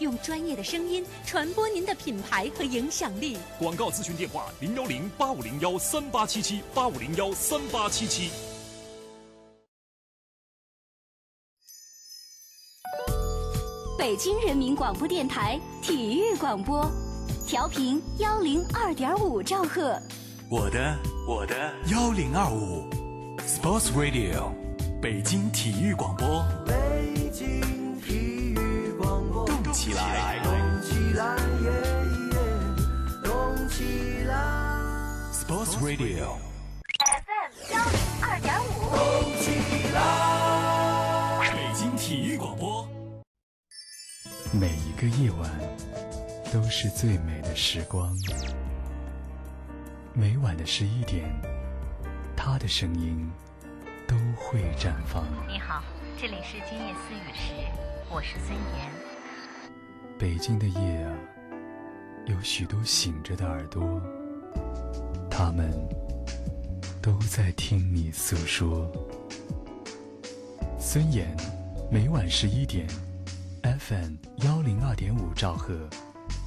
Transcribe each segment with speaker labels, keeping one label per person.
Speaker 1: 用专业的声音传播您的品牌和影响力。
Speaker 2: 广告咨询电话：零幺零八五零幺三八七七八五零幺三八七七。
Speaker 1: 北京人民广播电台体育广播，调频幺零二点五兆赫，
Speaker 3: 我的我的幺零二五，Sports Radio，北京体育广播，
Speaker 4: 北京体育广播，
Speaker 3: 动起来
Speaker 4: 动起来耶耶，动起来，
Speaker 3: ，Sports Radio。
Speaker 1: 幺零二点五。
Speaker 4: 动起来。
Speaker 3: 北京体育广播。
Speaker 5: 每一个夜晚都是最美的时光。每晚的十一点，他的声音都会绽放。
Speaker 6: 你好，这里是今夜思雨时，我是孙岩。
Speaker 5: 北京的夜啊，有许多醒着的耳朵，他们都在听你诉说。孙岩，每晚十一点，FM 幺零二点五兆赫，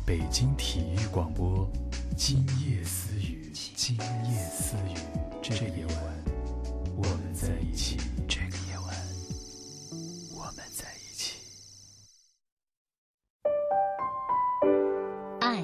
Speaker 5: 北京体育广播，今夜私语，今夜私语，这个夜晚我们在一起，这个夜晚我们在一起。
Speaker 6: 爱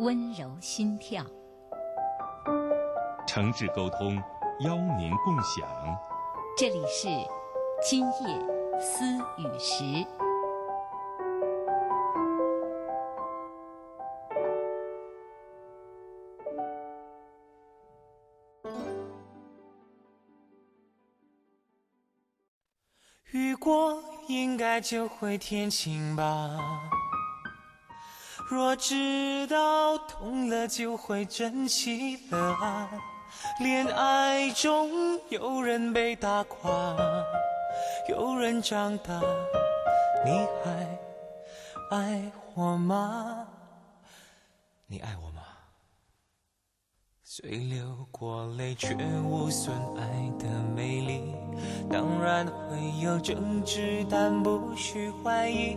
Speaker 6: 温柔心跳。
Speaker 7: 诚挚沟通，邀您共享。
Speaker 6: 这里是今夜私语时。
Speaker 8: 雨过应该就会天晴吧。若知道痛了就会珍惜了啊，恋爱中有人被打垮，有人长大，你还爱我吗？你爱我吗？虽流过泪，却无损爱的美丽。当然会有争执，但不需怀疑。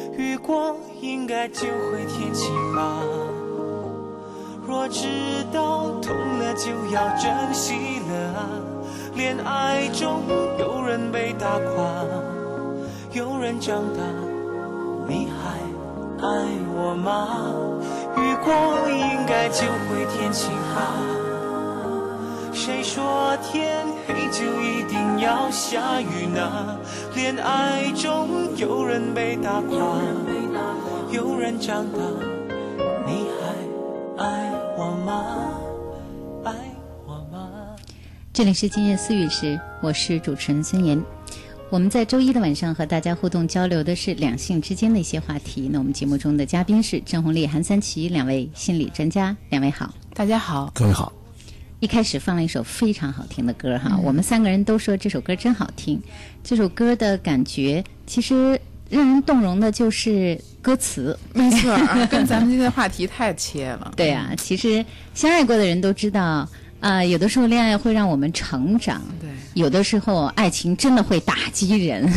Speaker 8: 雨过应该就会天晴吧。若知道痛了就要珍惜了啊！恋爱中有人被打垮，有人长大，你还爱我吗？雨过应该就会天晴吧？谁说天黑就一定要下雨呢？恋爱中有人被打垮，有人长大，你还爱我吗？爱我吗？
Speaker 9: 这里是今夜思雨时，我是主持人孙岩。我们在周一的晚上和大家互动交流的是两性之间的一些话题。那我们节目中的嘉宾是郑红丽、韩三奇两位心理专家，两位好。
Speaker 10: 大家好，
Speaker 3: 各位好，
Speaker 9: 一开始放了一首非常好听的歌哈，
Speaker 10: 嗯
Speaker 9: 我们三个人都说这首歌真好听。这首歌的感觉其实让人动容的就是歌词，
Speaker 10: 没错啊， 跟咱们今天的话题太切了。
Speaker 9: 对啊，其实相爱过的人都知道，啊、有的时候恋爱会让我们成长，
Speaker 10: 对，
Speaker 9: 有的时候爱情真的会打击人，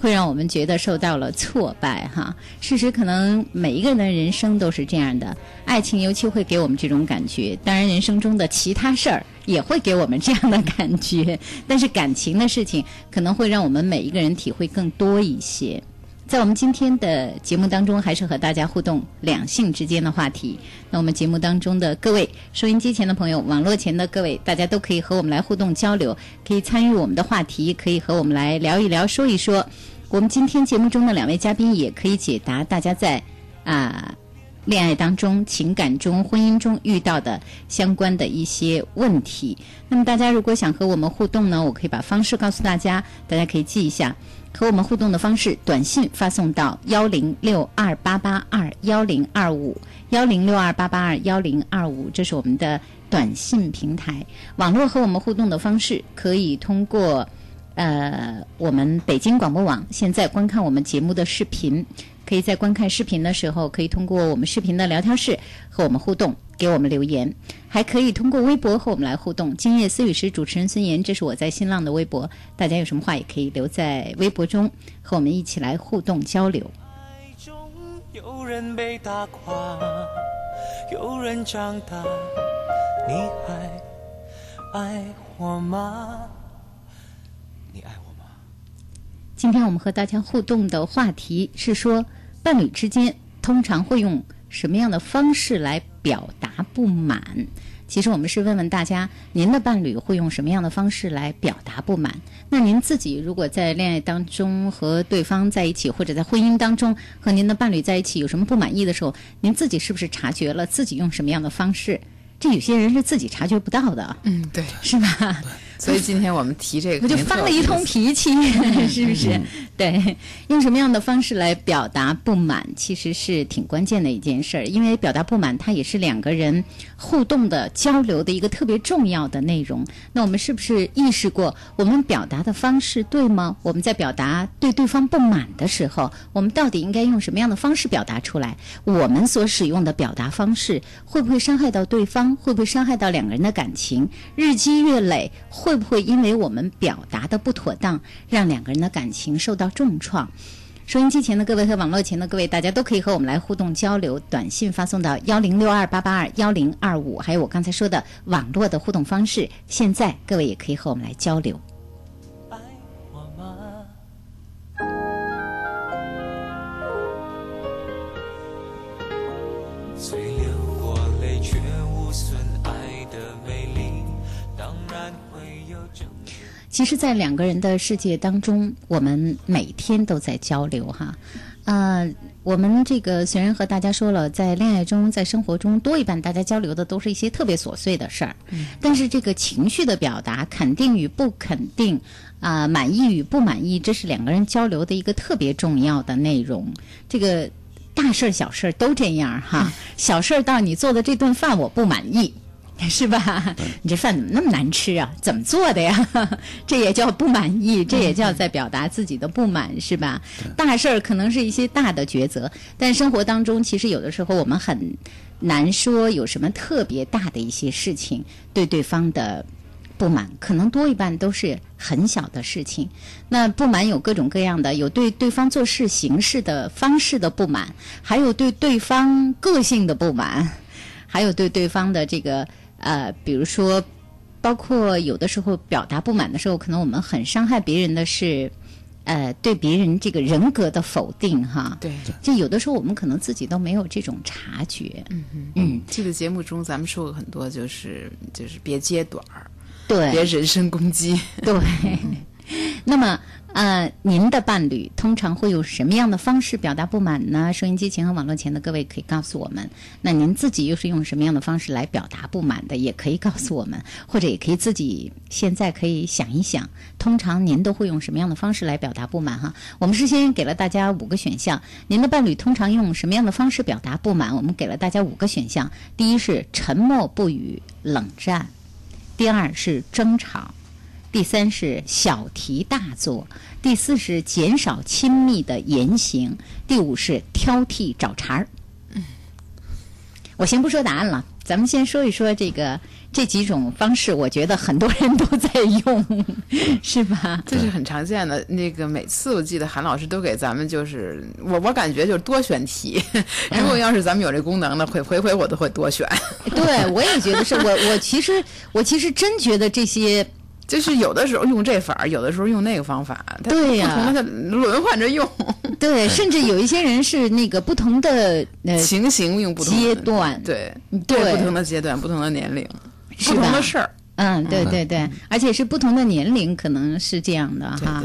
Speaker 9: 会让我们觉得受到了挫败哈。事实可能每一个人的人生都是这样的，爱情尤其会给我们这种感觉。当然，人生中的其他事儿也会给我们这样的感觉，但是感情的事情可能会让我们每一个人体会更多一些。在我们今天的节目当中，还是和大家互动两性之间的话题。那我们节目当中的各位收音机前的朋友，网络前的各位，大家都可以和我们来互动交流，可以参与我们的话题，可以和我们来聊一聊，说一说。我们今天节目中的两位嘉宾也可以解答大家在啊、恋爱当中、情感中、婚姻中遇到的相关的一些问题。那么大家如果想和我们互动呢，我可以把方式告诉大家，大家可以记一下。和我们互动的方式，短信发送到幺零六二八八二幺零二五幺零六二八八二幺零二五，这是我们的短信平台。网络和我们互动的方式，可以通过呃，我们北京广播网现在观看我们节目的视频，可以在观看视频的时候，可以通过我们视频的聊天室和我们互动，给我们留言，还可以通过微博和我们来互动。今夜思雨时，主持人孙岩，这是我在新浪的微博，大家有什么话也可以留在微博中和我们一起来互动交流。
Speaker 8: 有人被打垮，有人长大，你还爱我吗？
Speaker 9: 今天我们和大家互动的话题是说，伴侣之间通常会用什么样的方式来表达不满？其实我们是问问大家，您的伴侣会用什么样的方式来表达不满？那您自己如果在恋爱当中和对方在一起，或者在婚姻当中和您的伴侣在一起有什么不满意的时候，您自己是不是察觉了自己用什么样的方式？这有些人是自己察觉不到的，
Speaker 10: 嗯，对，
Speaker 9: 是吧？
Speaker 10: 所以今天我们提这个，
Speaker 9: 我就翻了一通脾气， 是不是？对，用什么样的方式来表达不满，其实是挺关键的一件事儿，因为表达不满，它也是两个人互动的交流的一个特别重要的内容。那我们是不是意识过，我们表达的方式对吗？我们在表达对对方不满的时候，我们到底应该用什么样的方式表达出来？我们所使用的表达方式会不会伤害到对方？会不会伤害到两个人的感情？日积月累，会不会因为我们表达的不妥当，让两个人的感情受到重创？收音机前的各位和网络前的各位，大家都可以和我们来互动交流，短信发送到幺零六二八八二幺零二五，还有我刚才说的网络的互动方式。现在各位也可以和我们来交流。
Speaker 8: 虽流过泪，却无损爱的美丽。当然会有争
Speaker 9: 其实，在两个人的世界当中，我们每天都在交流哈。呃，我们这个虽然和大家说了，在恋爱中，在生活中，多一半大家交流的都是一些特别琐碎的事儿，但是这个情绪的表达，肯定与不肯定，啊、满意与不满意，这是两个人交流的一个特别重要的内容。这个大事儿、小事儿都这样儿哈，小事儿到你做的这顿饭我不满意。 是吧？你这饭怎么那么难吃啊？怎么做的呀？ 这也叫不满意，这也叫在表达自己的不满，是吧？大事儿可能是一些大的抉择，但生活当中其实有的时候我们很难说有什么特别大的一些事情对对方的不满，可能多一半都是很小的事情。那不满有各种各样的，有对对方做事行事的方式的不满，还有对对方个性的不满，还有对对方的这个呃，比如说，包括有的时候表达不满的时候，可能我们很伤害别人的是。呃，对别人这个人格的否定，哈，
Speaker 10: 对，
Speaker 9: 这有的时候我们可能自己都没有这种察觉，
Speaker 10: 嗯嗯，这个节目中咱们说过很多，就是就是别揭短儿，
Speaker 9: 对，
Speaker 10: 别人身攻击，
Speaker 9: 对。那么，呃，您的伴侣通常会有什么样的方式表达不满呢？收音机前和网络前的各位可以告诉我们。那您自己又是用什么样的方式来表达不满的？也可以告诉我们，或者也可以自己现在可以想一想，通常您都会用什么样的方式来表达不满？哈，我们事先给了大家五个选项，您的伴侣通常用什么样的方式表达不满？我们给了大家五个选项，第一是沉默不语、冷战；第二是争吵。第三是小题大做，第四是减少亲密的言行，第五是挑剔找茬儿。我先不说答案了，咱们先说一说这个这几种方式，我觉得很多人都在用， 是吧？
Speaker 10: 这是很常见的。那个每次我记得韩老师都给咱们就是我我感觉就是多 选题，如果要是咱们有这功能呢，回回回我都会多选。
Speaker 9: 对，我也觉得是我我其实我其实真觉得这些
Speaker 10: 就是有的时候用这法儿，有的时候用那个方法，它
Speaker 9: 对呀
Speaker 10: 不同的它轮换着用。
Speaker 9: 对，甚至有一些人是那个不同的呃
Speaker 10: 情形用不同的
Speaker 9: 阶段，
Speaker 10: 对
Speaker 9: 对
Speaker 10: 不同的阶段、不同的年龄、
Speaker 9: 是
Speaker 10: 不同
Speaker 9: 吧
Speaker 10: 的事儿，
Speaker 9: 嗯，对
Speaker 10: 嗯
Speaker 9: 对对，而且是不同的年龄，可能是这样的哈。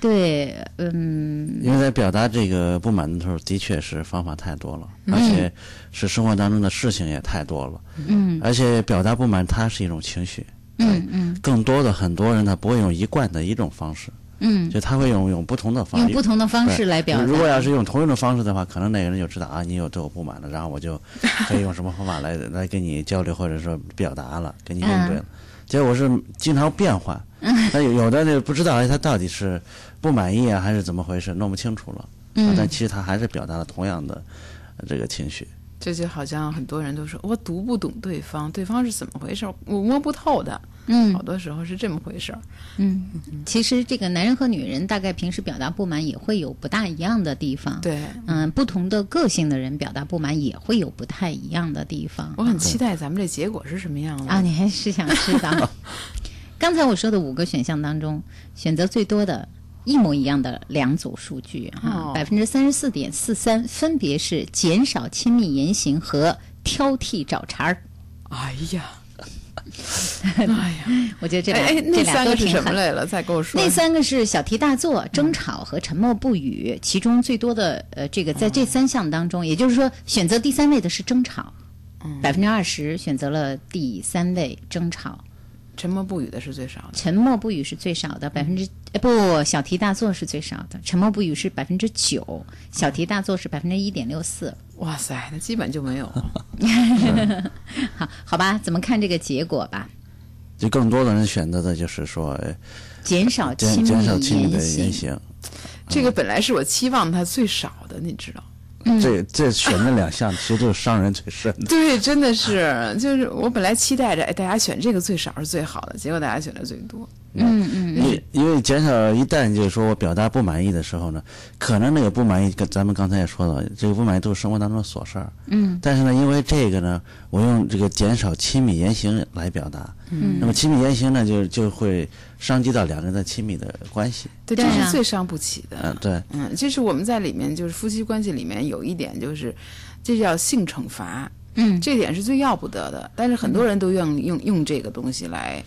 Speaker 9: 对，嗯，
Speaker 5: 因为在表达这个不满的时候，的确是方法太多了，而且是生活当中的事情也太多了。
Speaker 9: 嗯
Speaker 5: 而且表达不满，它是一种情绪，
Speaker 9: 嗯嗯
Speaker 5: 更多的很多人他不会用一贯的一种方式，
Speaker 9: 嗯，
Speaker 5: 就他会用用不同的方
Speaker 9: 用不同的方式
Speaker 5: 啊对
Speaker 9: 来表达。
Speaker 5: 如果要是用同样的方式的话，可能那个人就知道啊，你有对我不满了，然后我就 可以用什么方法来来跟你交流，或者说表达了，跟你应对了。结果是经常变换，那有有的那不知道哎他到底是不满意啊，还是怎么回事，弄不清楚了。
Speaker 10: 嗯
Speaker 5: 啊但其实他还是表达了同样的呃这个情绪。
Speaker 10: 这就好像很多人都说我读不懂对方，对方是怎么回事儿，我摸不透的。
Speaker 9: 嗯
Speaker 10: 好多时候是这么回事儿。
Speaker 9: 嗯，其实这个男人和女人大概平时表达不满也会有不大一样的地方。
Speaker 10: 对，
Speaker 9: 嗯，不同的个性的人表达不满也会有不太一样的地方。
Speaker 10: 我很期待咱们这结果是什么样的
Speaker 9: 啊，你还是想知 道？刚才我说的五个选项当中，选择最多的一模一样的两组数据哈
Speaker 10: 哦，
Speaker 9: 百分之三十四点四三，分别是减少亲密言行和挑剔找茬儿。
Speaker 10: 哎呀，哎呀，
Speaker 9: 我觉 得这俩
Speaker 10: 哎哎那
Speaker 9: 这俩
Speaker 10: 三
Speaker 9: 都
Speaker 10: 个是
Speaker 9: 挺
Speaker 10: 什么
Speaker 9: 狠
Speaker 10: 来嗯了？再给我说
Speaker 9: 那三个是小题大做、争吵和沉默不语，其中最多的呃，这个
Speaker 10: 哦
Speaker 9: 在这三项当中，也就是说选择第三位的是争吵，
Speaker 10: 嗯
Speaker 9: 百分之二十选择了第三位争吵，
Speaker 10: 沉默不语的是最少的。
Speaker 9: 沉默不语是最少
Speaker 10: 嗯
Speaker 9: 的，百分之呃不，小题大做是最少的，沉默不语是百分之九，小题大做是百分之一点六四。
Speaker 10: 哇塞，那基本 就没有。
Speaker 9: 好，啊好吧，怎么看这个结果吧？
Speaker 5: 就更多的人选择的就是说，哎
Speaker 9: 减少亲
Speaker 5: 减减
Speaker 9: 密
Speaker 5: 少亲密的言
Speaker 9: 言行，
Speaker 5: 行，
Speaker 10: 这个本来是我期望它最少的，你知道。嗯
Speaker 5: 这这选这两项其实就是伤人最深的。
Speaker 10: 对，真的是，就是我本来期待着，哎，大家选这个最少是最好的，结果大家选的最多。
Speaker 9: 嗯嗯
Speaker 5: 因因为减少一旦就是说我表达不满意的时候呢，可能那个不满意，跟咱们刚才也说了，这个不满意都是生活当中的琐事儿。
Speaker 9: 嗯
Speaker 5: 但是呢，因为这个呢，我用这个减少亲密言行来表达，
Speaker 10: 嗯
Speaker 5: 那么亲密言行呢，就就会伤及到两个人的亲密的关系。
Speaker 10: 对，这
Speaker 9: 啊
Speaker 10: 是最伤不起的。
Speaker 5: 嗯，对，
Speaker 10: 嗯，这是我们在里面就是夫妻关系里面有一点就是，这叫性惩罚。
Speaker 9: 嗯，
Speaker 10: 这点是最要不得的，但是很多人都用用用这个东西来。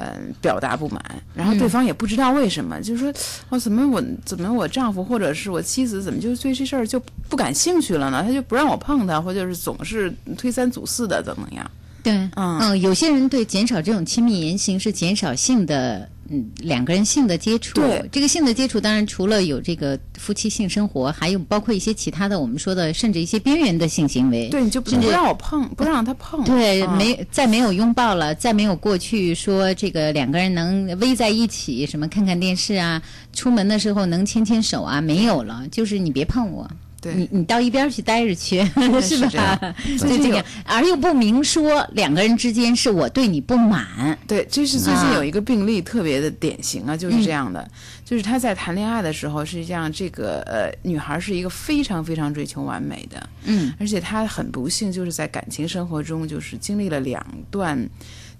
Speaker 10: 嗯，表达不满，然后对
Speaker 9: 嗯
Speaker 10: 方也不知道为什么，就是说，哦，怎么我怎么我丈夫或者是我妻子怎么就对这事儿就不感兴趣了呢？他就不让我碰他，或者是总是推三阻四的，怎么样？
Speaker 9: 对，嗯有些人对减少这种亲密言行是减少性的，嗯，两个人性的接触。
Speaker 10: 对
Speaker 9: 这个性的接触当然除了有这个夫妻性生活，还有包括一些其他的，我们说的甚至一些边缘的性行为。
Speaker 10: 对，你就不
Speaker 9: 甚至
Speaker 10: 不让我碰，不让他碰。
Speaker 9: 对，
Speaker 10: 嗯
Speaker 9: 没再没有拥抱了，再没有过去说这个两个人能偎在一起，什么看看电视啊，出门的时候能牵牵手啊，没有了，就是你别碰我。
Speaker 10: 对
Speaker 9: 你 你到一边儿去待着去， 是
Speaker 10: 是这样
Speaker 9: 吧？
Speaker 10: 最
Speaker 9: 就
Speaker 10: 近
Speaker 9: 这
Speaker 10: 有
Speaker 9: 样，而又不明说，两个人之间是我对你不满。
Speaker 10: 对，这是最近
Speaker 9: 啊
Speaker 10: 有一个病例特别的典型啊，
Speaker 9: 嗯
Speaker 10: 就是这样的，就是他在谈恋爱的时候，实际上这个呃女孩是一个非常非常追求完美的，
Speaker 9: 嗯
Speaker 10: 而且她很不幸就是在感情生活中就是经历了两段，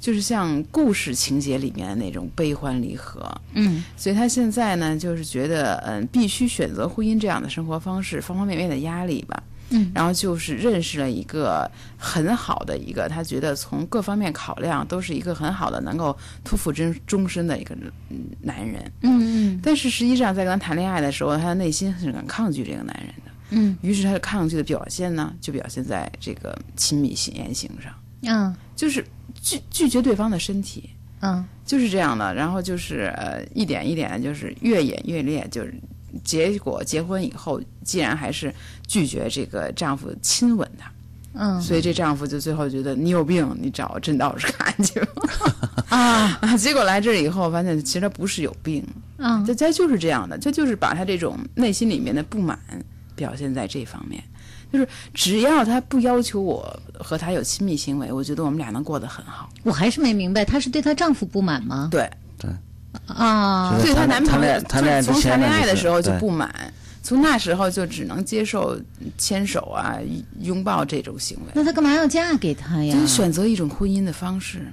Speaker 10: 就是像故事情节里面的那种悲欢离合，
Speaker 9: 嗯
Speaker 10: 所以她现在呢就是觉得嗯必须选择婚姻这样的生活方式，方方面面的压力吧，
Speaker 9: 嗯
Speaker 10: 然后就是认识了一个很好的一个，他觉得从各方面考量都是一个很好的，能够托付真终身的一个嗯男人。
Speaker 9: 嗯
Speaker 10: 但是实际上，在跟他谈恋爱的时候，他内心是很抗拒这个男人的。
Speaker 9: 嗯
Speaker 10: 于是他的抗拒的表现呢，就表现在这个亲密行言行上，
Speaker 9: 嗯
Speaker 10: 就是拒拒绝对方的身体，
Speaker 9: 嗯
Speaker 10: 就是这样的。然后就是呃，一点一点，就是越演越烈，就是结果结婚以后，竟然还是拒绝这个丈夫亲吻她。
Speaker 9: 嗯，
Speaker 10: 所以这丈夫就最后觉得你有病，你找真道士看去吧。
Speaker 9: 啊，
Speaker 10: 结果来这儿以后，发现其实他不是有病，
Speaker 9: 嗯
Speaker 10: 他他就是这样的，他就是把他这种内心里面的不满表现在这方面，就是只要他不要求我和他有亲密行为，我觉得我们俩能过得很好。
Speaker 9: 我还是没明白，她是对她丈夫不满吗？
Speaker 10: 对
Speaker 5: 对
Speaker 9: 啊，
Speaker 10: 对她男朋友，
Speaker 5: 谈恋爱
Speaker 10: 就是从
Speaker 5: 之前
Speaker 10: 谈恋
Speaker 5: 呢
Speaker 10: 爱的
Speaker 5: 就是
Speaker 10: 时候就
Speaker 5: 对
Speaker 10: 不满，从那时候就只能接受牵手啊、拥抱这种行为，
Speaker 9: 那她干嘛要嫁给他呀？
Speaker 10: 就是选择一种婚姻的方式。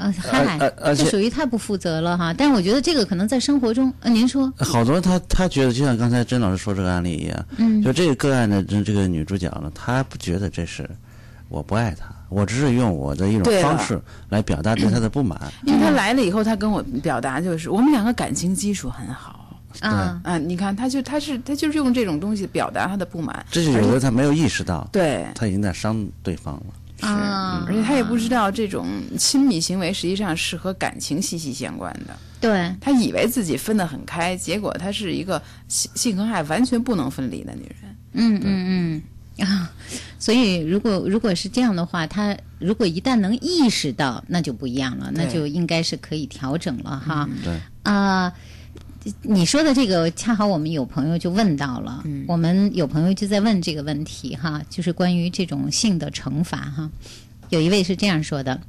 Speaker 9: 呃，嗨
Speaker 5: 而，而
Speaker 9: 这
Speaker 5: 且
Speaker 9: 属于太不负责了哈。但是我觉得这个可能在生活中，呃，您说，
Speaker 5: 好多他他觉得就像刚才甄老师说这个案例一样，
Speaker 9: 嗯
Speaker 5: 就这个个案的这这个女主角呢，她不觉得这是我不爱她，我只是用我的一
Speaker 10: 对
Speaker 5: 种
Speaker 10: 了
Speaker 5: 方式来表达对她的不满。
Speaker 10: 因为他来了以后，他跟我表达就是我们两个感情基础很好。
Speaker 5: 啊
Speaker 10: 啊，你看，他就他是他就是用这种东西表达他的不满，
Speaker 5: 这是有
Speaker 10: 而
Speaker 5: 时候
Speaker 10: 且
Speaker 5: 她没有意识到，
Speaker 10: 对
Speaker 5: 她已经在伤对方了。
Speaker 9: 啊，
Speaker 10: 而且他也不知道这种亲密行为实际上是和感情息息相关的。
Speaker 9: 对，
Speaker 10: 他以为自己分得很开，结果他是一个性性和爱完全不能分离的女人。
Speaker 9: 嗯嗯嗯啊，所以如果如果是这样的话，他如果一旦能意识到，那就不一样了，那
Speaker 10: 对
Speaker 9: 就应该是可以调整了哈。
Speaker 5: 对，
Speaker 9: 啊、你说的这个恰好我们有朋友就问到了，我们有朋友就在问这个问题哈，就是关于这种性的惩罚哈。有一位是这样说的，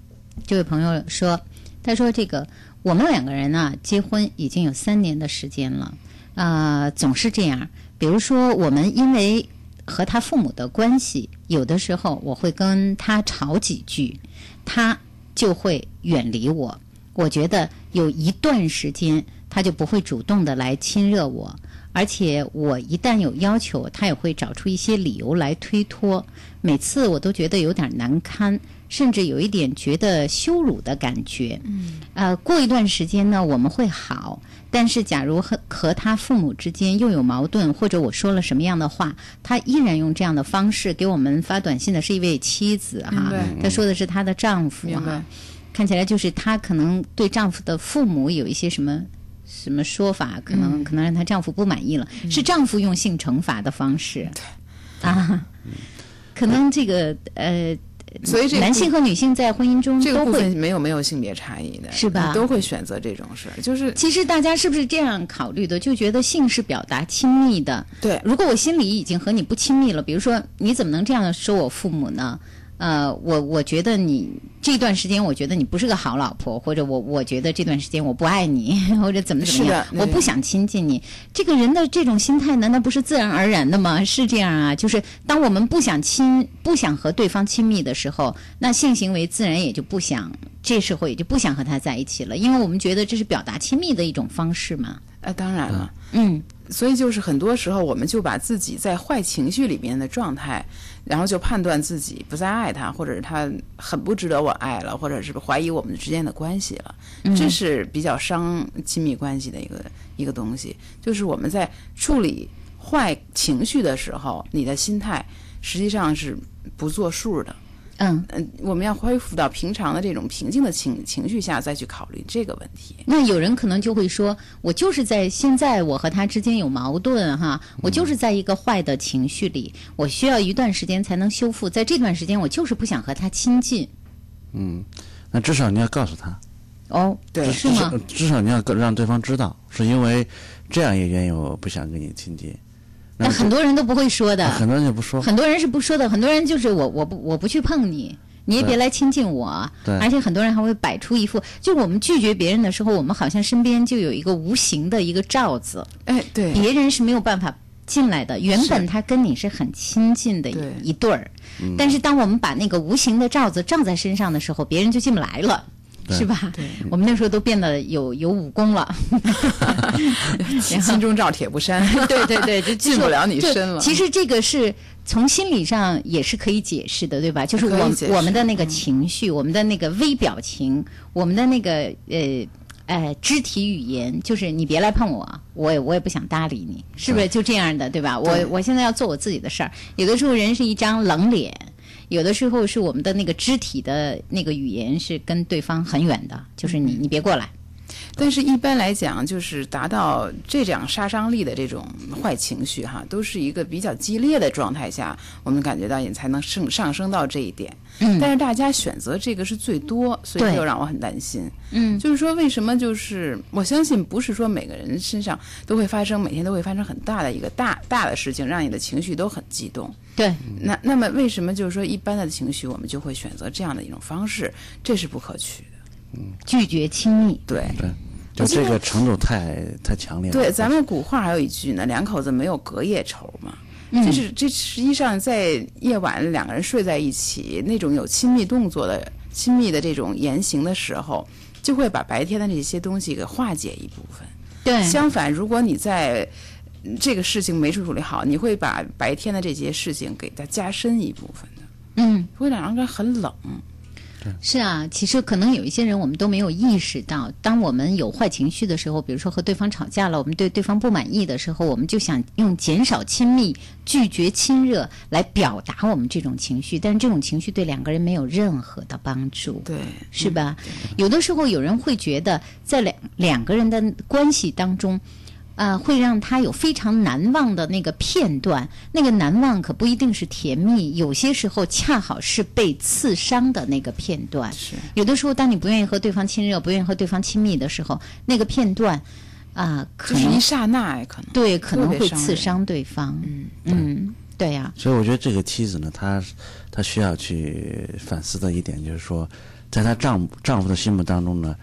Speaker 9: 这位朋友说，他说这个我们两个人啊结婚已经有三年的时间了，啊，总是这样。比如说我们因为和他父母的关系，有的时候我会跟他吵几句，他就会远离我。我觉得有一段时间，他就不会主动的来亲热我，而且我一旦有要求，他也会找出一些理由来推脱。每次我都觉得有点难堪，甚至有一点觉得羞辱的感觉。
Speaker 11: 嗯，
Speaker 9: 呃，过一段时间呢，我们会好。但是，假如和和他父母之间又有矛盾，或者我说了什么样的话，他依然用这样的方式给我们发短信的是一位妻子哈
Speaker 10: 明白，
Speaker 9: 他说的是她的丈夫
Speaker 10: 明白
Speaker 9: 哈，看起来就是她可能对丈夫的父母有一些什么。什么说法可能、
Speaker 10: 嗯
Speaker 9: 可能让她丈夫不满意了？是丈夫用性惩罚的方式，啊，可能这个呃，
Speaker 10: 所以这个
Speaker 9: 男性和女性在婚姻中
Speaker 10: 这个
Speaker 9: 都
Speaker 10: 部
Speaker 9: 会
Speaker 10: 分没有没有性别差异的，
Speaker 9: 是吧
Speaker 10: 都会选择这种事儿，就是
Speaker 9: 其实大家是不是这样考虑的？就觉得性是表达亲密的。
Speaker 10: 对，
Speaker 9: 如果我心里已经和你不亲密了，比如说你怎么能这样说我父母呢？呃，我我觉得你这段时间，我觉得你不是个好老婆，或者我我觉得这段时间我不爱你， 或者怎么怎么样
Speaker 10: 是，的嗯
Speaker 9: 我不想亲近你。这个人的这种心态，难道不是自然而然的吗？是这样啊，就是当我们不想亲、不想和对方亲密的时候，那性行为自然也就不想，这时候也就不想和他在一起了，因为我们觉得这是表达亲密的一种方式嘛。
Speaker 10: 啊，当然了，
Speaker 9: 嗯，
Speaker 10: 所以就是很多时候，我们就把自己在坏情绪里面的状态，然后就判断自己不再爱他，或者是他很不值得我爱了，或者是怀疑我们之间的关系了，
Speaker 9: 嗯
Speaker 10: 这是比较伤亲密关系的一个一个东西。就是我们在处理坏情绪的时候，你的心态实际上是不作数的。
Speaker 9: 嗯
Speaker 10: 我们要恢复到平常的这种平静的情情绪下，再去考虑这个问题。
Speaker 9: 那有人可能就会说，我就是在现在我和他之间有矛盾哈，
Speaker 5: 嗯
Speaker 9: 我就是在一个坏的情绪里，我需要一段时间才能修复，在这段时间我就是不想和他亲近。
Speaker 5: 嗯，那至少你要告诉她，
Speaker 9: 哦，
Speaker 5: 至
Speaker 9: 是吗？
Speaker 5: 至至少你要告让对方知道，是因为这样一个原因，我不想跟你亲近。
Speaker 9: 那很多人都不会说的，
Speaker 5: 很多人就不说，
Speaker 9: 很多人是不说的，很多人就是我我不我不去碰你，你也
Speaker 5: 对
Speaker 9: 别来亲近我。
Speaker 5: 对
Speaker 9: 而且很多人还会摆出一副，就我们拒绝别人的时候，我们好像身边就有一个无形的一个罩子，
Speaker 10: 哎，对，
Speaker 9: 别人是没有办法进来的。原本他跟你是很亲近的
Speaker 10: 对嗯
Speaker 9: 一一对儿，但是当我们把那个无形的罩子罩在身上的时候，别人就进不来了。
Speaker 10: 对
Speaker 9: 是吧？我们那时候都变得有有武功了，然后，
Speaker 10: 心中照铁布衫
Speaker 9: 对对对，就
Speaker 10: 进不了你身
Speaker 9: 就
Speaker 10: 了。
Speaker 9: 其实这个是从心理上也是可以解释的，对吧？就是
Speaker 10: 可以
Speaker 9: 我
Speaker 10: 解释嗯
Speaker 9: 我们的那个情绪，我们的那个微表情，我们的那个呃呃肢体语言，就是你别来碰我，我也我也不想搭理你，是不是就这样的，对吧？我
Speaker 10: 对
Speaker 9: 我现在要做我自己的事儿。有的时候人是一张冷脸，有的时候是我们的那个肢体的那个语言是跟对方很远的，就是你
Speaker 10: 嗯
Speaker 9: 你别过来。
Speaker 10: 但是，一般来讲，就是达到这样杀伤力的这种坏情绪，哈，都是一个比较激烈的状态下，我们感觉到也才能上上升到这一点。
Speaker 9: 嗯
Speaker 10: 但是大家选择这个是最多，所以
Speaker 9: 对
Speaker 10: 就让我很担心。
Speaker 9: 嗯
Speaker 10: 就是说，为什么就是我相信不是说每个人身上都会发生，每天都会发生很大的一个大大的事情，让你的情绪都很激动。
Speaker 9: 对，
Speaker 10: 那那么为什么就是说一般的情绪我们就会选择这样的一种方式，这是不可取的。
Speaker 9: 拒绝亲密。
Speaker 10: 对
Speaker 5: 对，就这个程度太太强烈了。
Speaker 10: 对，咱们古话还有一句呢，两口子没有隔夜仇嘛。
Speaker 5: 嗯
Speaker 10: 这是这实际上在夜晚两个人睡在一起那种有亲密动作的亲密的这种言行的时候，就会把白天的这些东西给化解一部分。
Speaker 9: 对，
Speaker 10: 相反，如果你在嗯这个事情没处理好，你会把白天的这些事情给它加深一部分的，
Speaker 9: 嗯，
Speaker 10: 会让人很冷。
Speaker 9: 是啊，其实可能有一些人我们都没有意识到，当我们有坏情绪的时候，比如说和对方吵架了，我们对对方不满意的时候，我们就想用减少亲密、拒绝亲热来表达我们这种情绪，但是这种情绪对两个人没有任何的帮助，
Speaker 10: 对，
Speaker 9: 是吧？有的时候有人会觉得，在两两个人的关系当中。呃，会让他有非常难忘的那个片段。那个难忘可不一定是甜蜜，有些时候恰好是被刺伤的那个片段。
Speaker 10: 是，
Speaker 9: 有的时候当你不愿意和对方亲热、不愿意和对方亲密的时候，那个片段，啊、可
Speaker 10: 就是
Speaker 9: 能
Speaker 10: 一刹那哎，可能
Speaker 9: 对可能
Speaker 10: 特别
Speaker 9: 会
Speaker 10: 伤
Speaker 9: 刺
Speaker 10: 人
Speaker 9: 伤对方。嗯嗯，对呀、
Speaker 5: 所以我觉得这个妻子呢，她她需要去反思的一点就是说，在她丈夫丈夫的心目当中呢，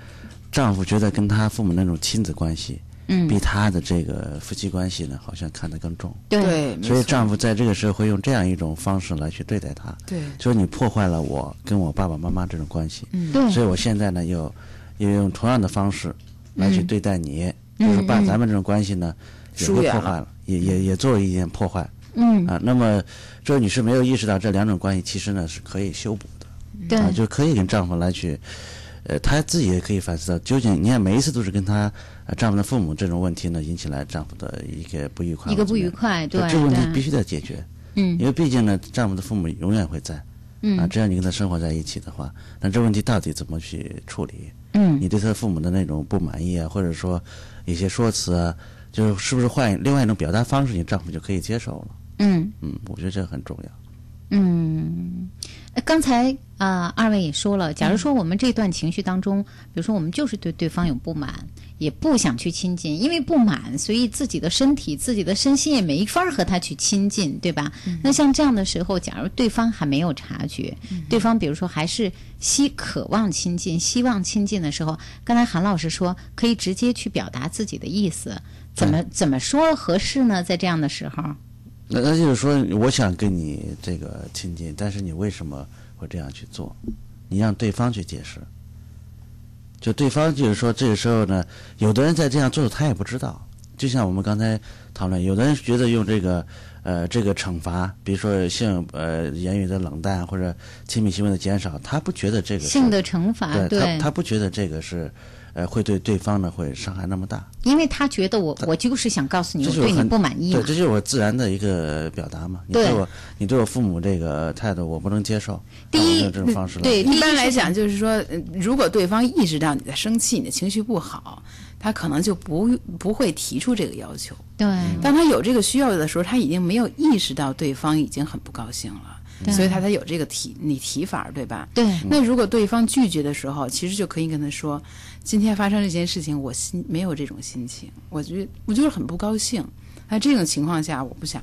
Speaker 5: 丈夫觉得跟她父母那种亲子关系，
Speaker 9: 嗯
Speaker 5: 比她的这个夫妻关系呢，好像看得更重。
Speaker 9: 对
Speaker 10: 对没
Speaker 5: 所以
Speaker 10: 错
Speaker 5: 丈夫在这个时候会用这样一种方式来去对待她。
Speaker 10: 对
Speaker 5: 就是你破坏了我跟我爸爸妈妈这种关系。
Speaker 10: 嗯对
Speaker 5: 所以我现在呢，又又用同样的方式来去
Speaker 10: 嗯
Speaker 5: 对待你，
Speaker 10: 嗯
Speaker 5: 就是把
Speaker 10: 嗯
Speaker 5: 咱们这种关系呢，也
Speaker 10: 疏
Speaker 5: 会
Speaker 10: 远
Speaker 5: 破
Speaker 10: 了
Speaker 5: 坏了，也也也作为一件破坏。
Speaker 9: 嗯
Speaker 5: 啊，那么就是你是没有意识到这两种关系其实呢是可以修补的，
Speaker 9: 对
Speaker 10: 嗯
Speaker 5: 啊，就可以跟丈夫来去，呃，她自己也可以反思到，究竟你看每一次都是跟她、呃丈夫的父母这种问题呢引起来丈夫的一个不愉快，
Speaker 9: 一个不愉快，
Speaker 5: 就
Speaker 9: 对
Speaker 5: 这个问题
Speaker 9: 对
Speaker 5: 必须得解决，
Speaker 9: 嗯
Speaker 5: 因为毕竟呢，丈夫的父母永远会在，
Speaker 9: 嗯
Speaker 5: 啊，只要你跟他生活在一起的话，那这问题到底怎么去处理？
Speaker 9: 嗯
Speaker 5: 你对他父母的那种不满意啊，或者说一些说辞啊，就是是不是换另外一种表达方式，你丈夫就可以接受了？
Speaker 9: 嗯
Speaker 5: 嗯，我觉得这个很重要。
Speaker 9: 嗯，呃刚才啊、呃二位也说
Speaker 5: 嗯
Speaker 9: 了，假如说我们这段情绪当中，比如说我们就是对对方有不满，也不想去亲近，因为不满，所以自己的身体、自己的身心也没法儿和他去亲近，对吧？
Speaker 5: 嗯
Speaker 9: 那像这样的时候，假如对方还没有察觉，
Speaker 5: 嗯
Speaker 9: 对方比如说还是希渴望亲近、希望亲近的时候，刚才韩老师说可以直接去表达自己的意思，怎么怎么说合适呢？在这样的时候，
Speaker 5: 那那就是说，我想跟你这个亲近，但是你为什么会这样去做？你让对方去解释。就对方就是说，这个时候呢，有的人在这样做，他也不知道。就像我们刚才讨论，有的人觉得用这个呃这个惩罚，比如说性呃言语的冷淡或者亲密行为的减少，他不觉得这个是
Speaker 9: 性的啊惩罚，
Speaker 5: 对他他不觉得这个是呃会对对方呢会伤害那么大。
Speaker 9: 因为他觉得我我就是想告诉你，
Speaker 5: 这
Speaker 9: 我
Speaker 5: 就是
Speaker 9: 对你
Speaker 5: 很
Speaker 9: 不满意啊
Speaker 5: 对，
Speaker 9: 嘛。
Speaker 5: 这就是我自然的一个表达嘛。你
Speaker 9: 对
Speaker 5: 对我，你对我父母这个态度，我不能接受。
Speaker 9: 第一
Speaker 5: 那我用这种方式来表
Speaker 10: 一
Speaker 5: 达
Speaker 10: 般来讲就是说，嗯如果对方意识到你在生气，你的情绪不好，他可能就不不会提出这个要求。
Speaker 9: 对，
Speaker 10: 当他有这个需要的时候，他已经没有意识到对方已经很不高兴了，
Speaker 9: 对
Speaker 10: 所以他才有这个提你提法儿，对吧？
Speaker 9: 对
Speaker 10: 那如果对方拒绝的时候，其实就可以跟他说：“今天发生这件事情，我心没有这种心情，我觉得我就是很不高兴。那这种情况下，我不想，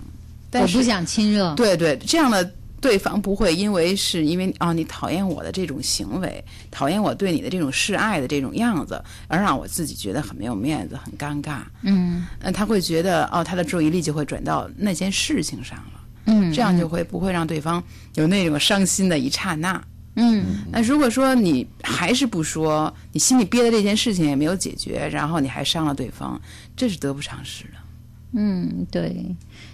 Speaker 10: 但
Speaker 9: 我
Speaker 10: 是
Speaker 9: 不想亲热。
Speaker 10: 对对，这样的对方不会因为是因为哦你讨厌我的这种行为，讨厌我对你的这种示爱的这种样子，而让我自己觉得很没有面子，很尴尬。
Speaker 9: 嗯
Speaker 10: 嗯，他会觉得哦，他的注意力就会转到那件事情上了，
Speaker 9: 嗯，
Speaker 10: 这样就会不会让对方有那种伤心的一刹那。
Speaker 9: 嗯
Speaker 10: 那如果说你还是不说，你心里憋的这件事情也没有解决，然后你还伤了对方，这是得不偿失的。
Speaker 9: 嗯，对。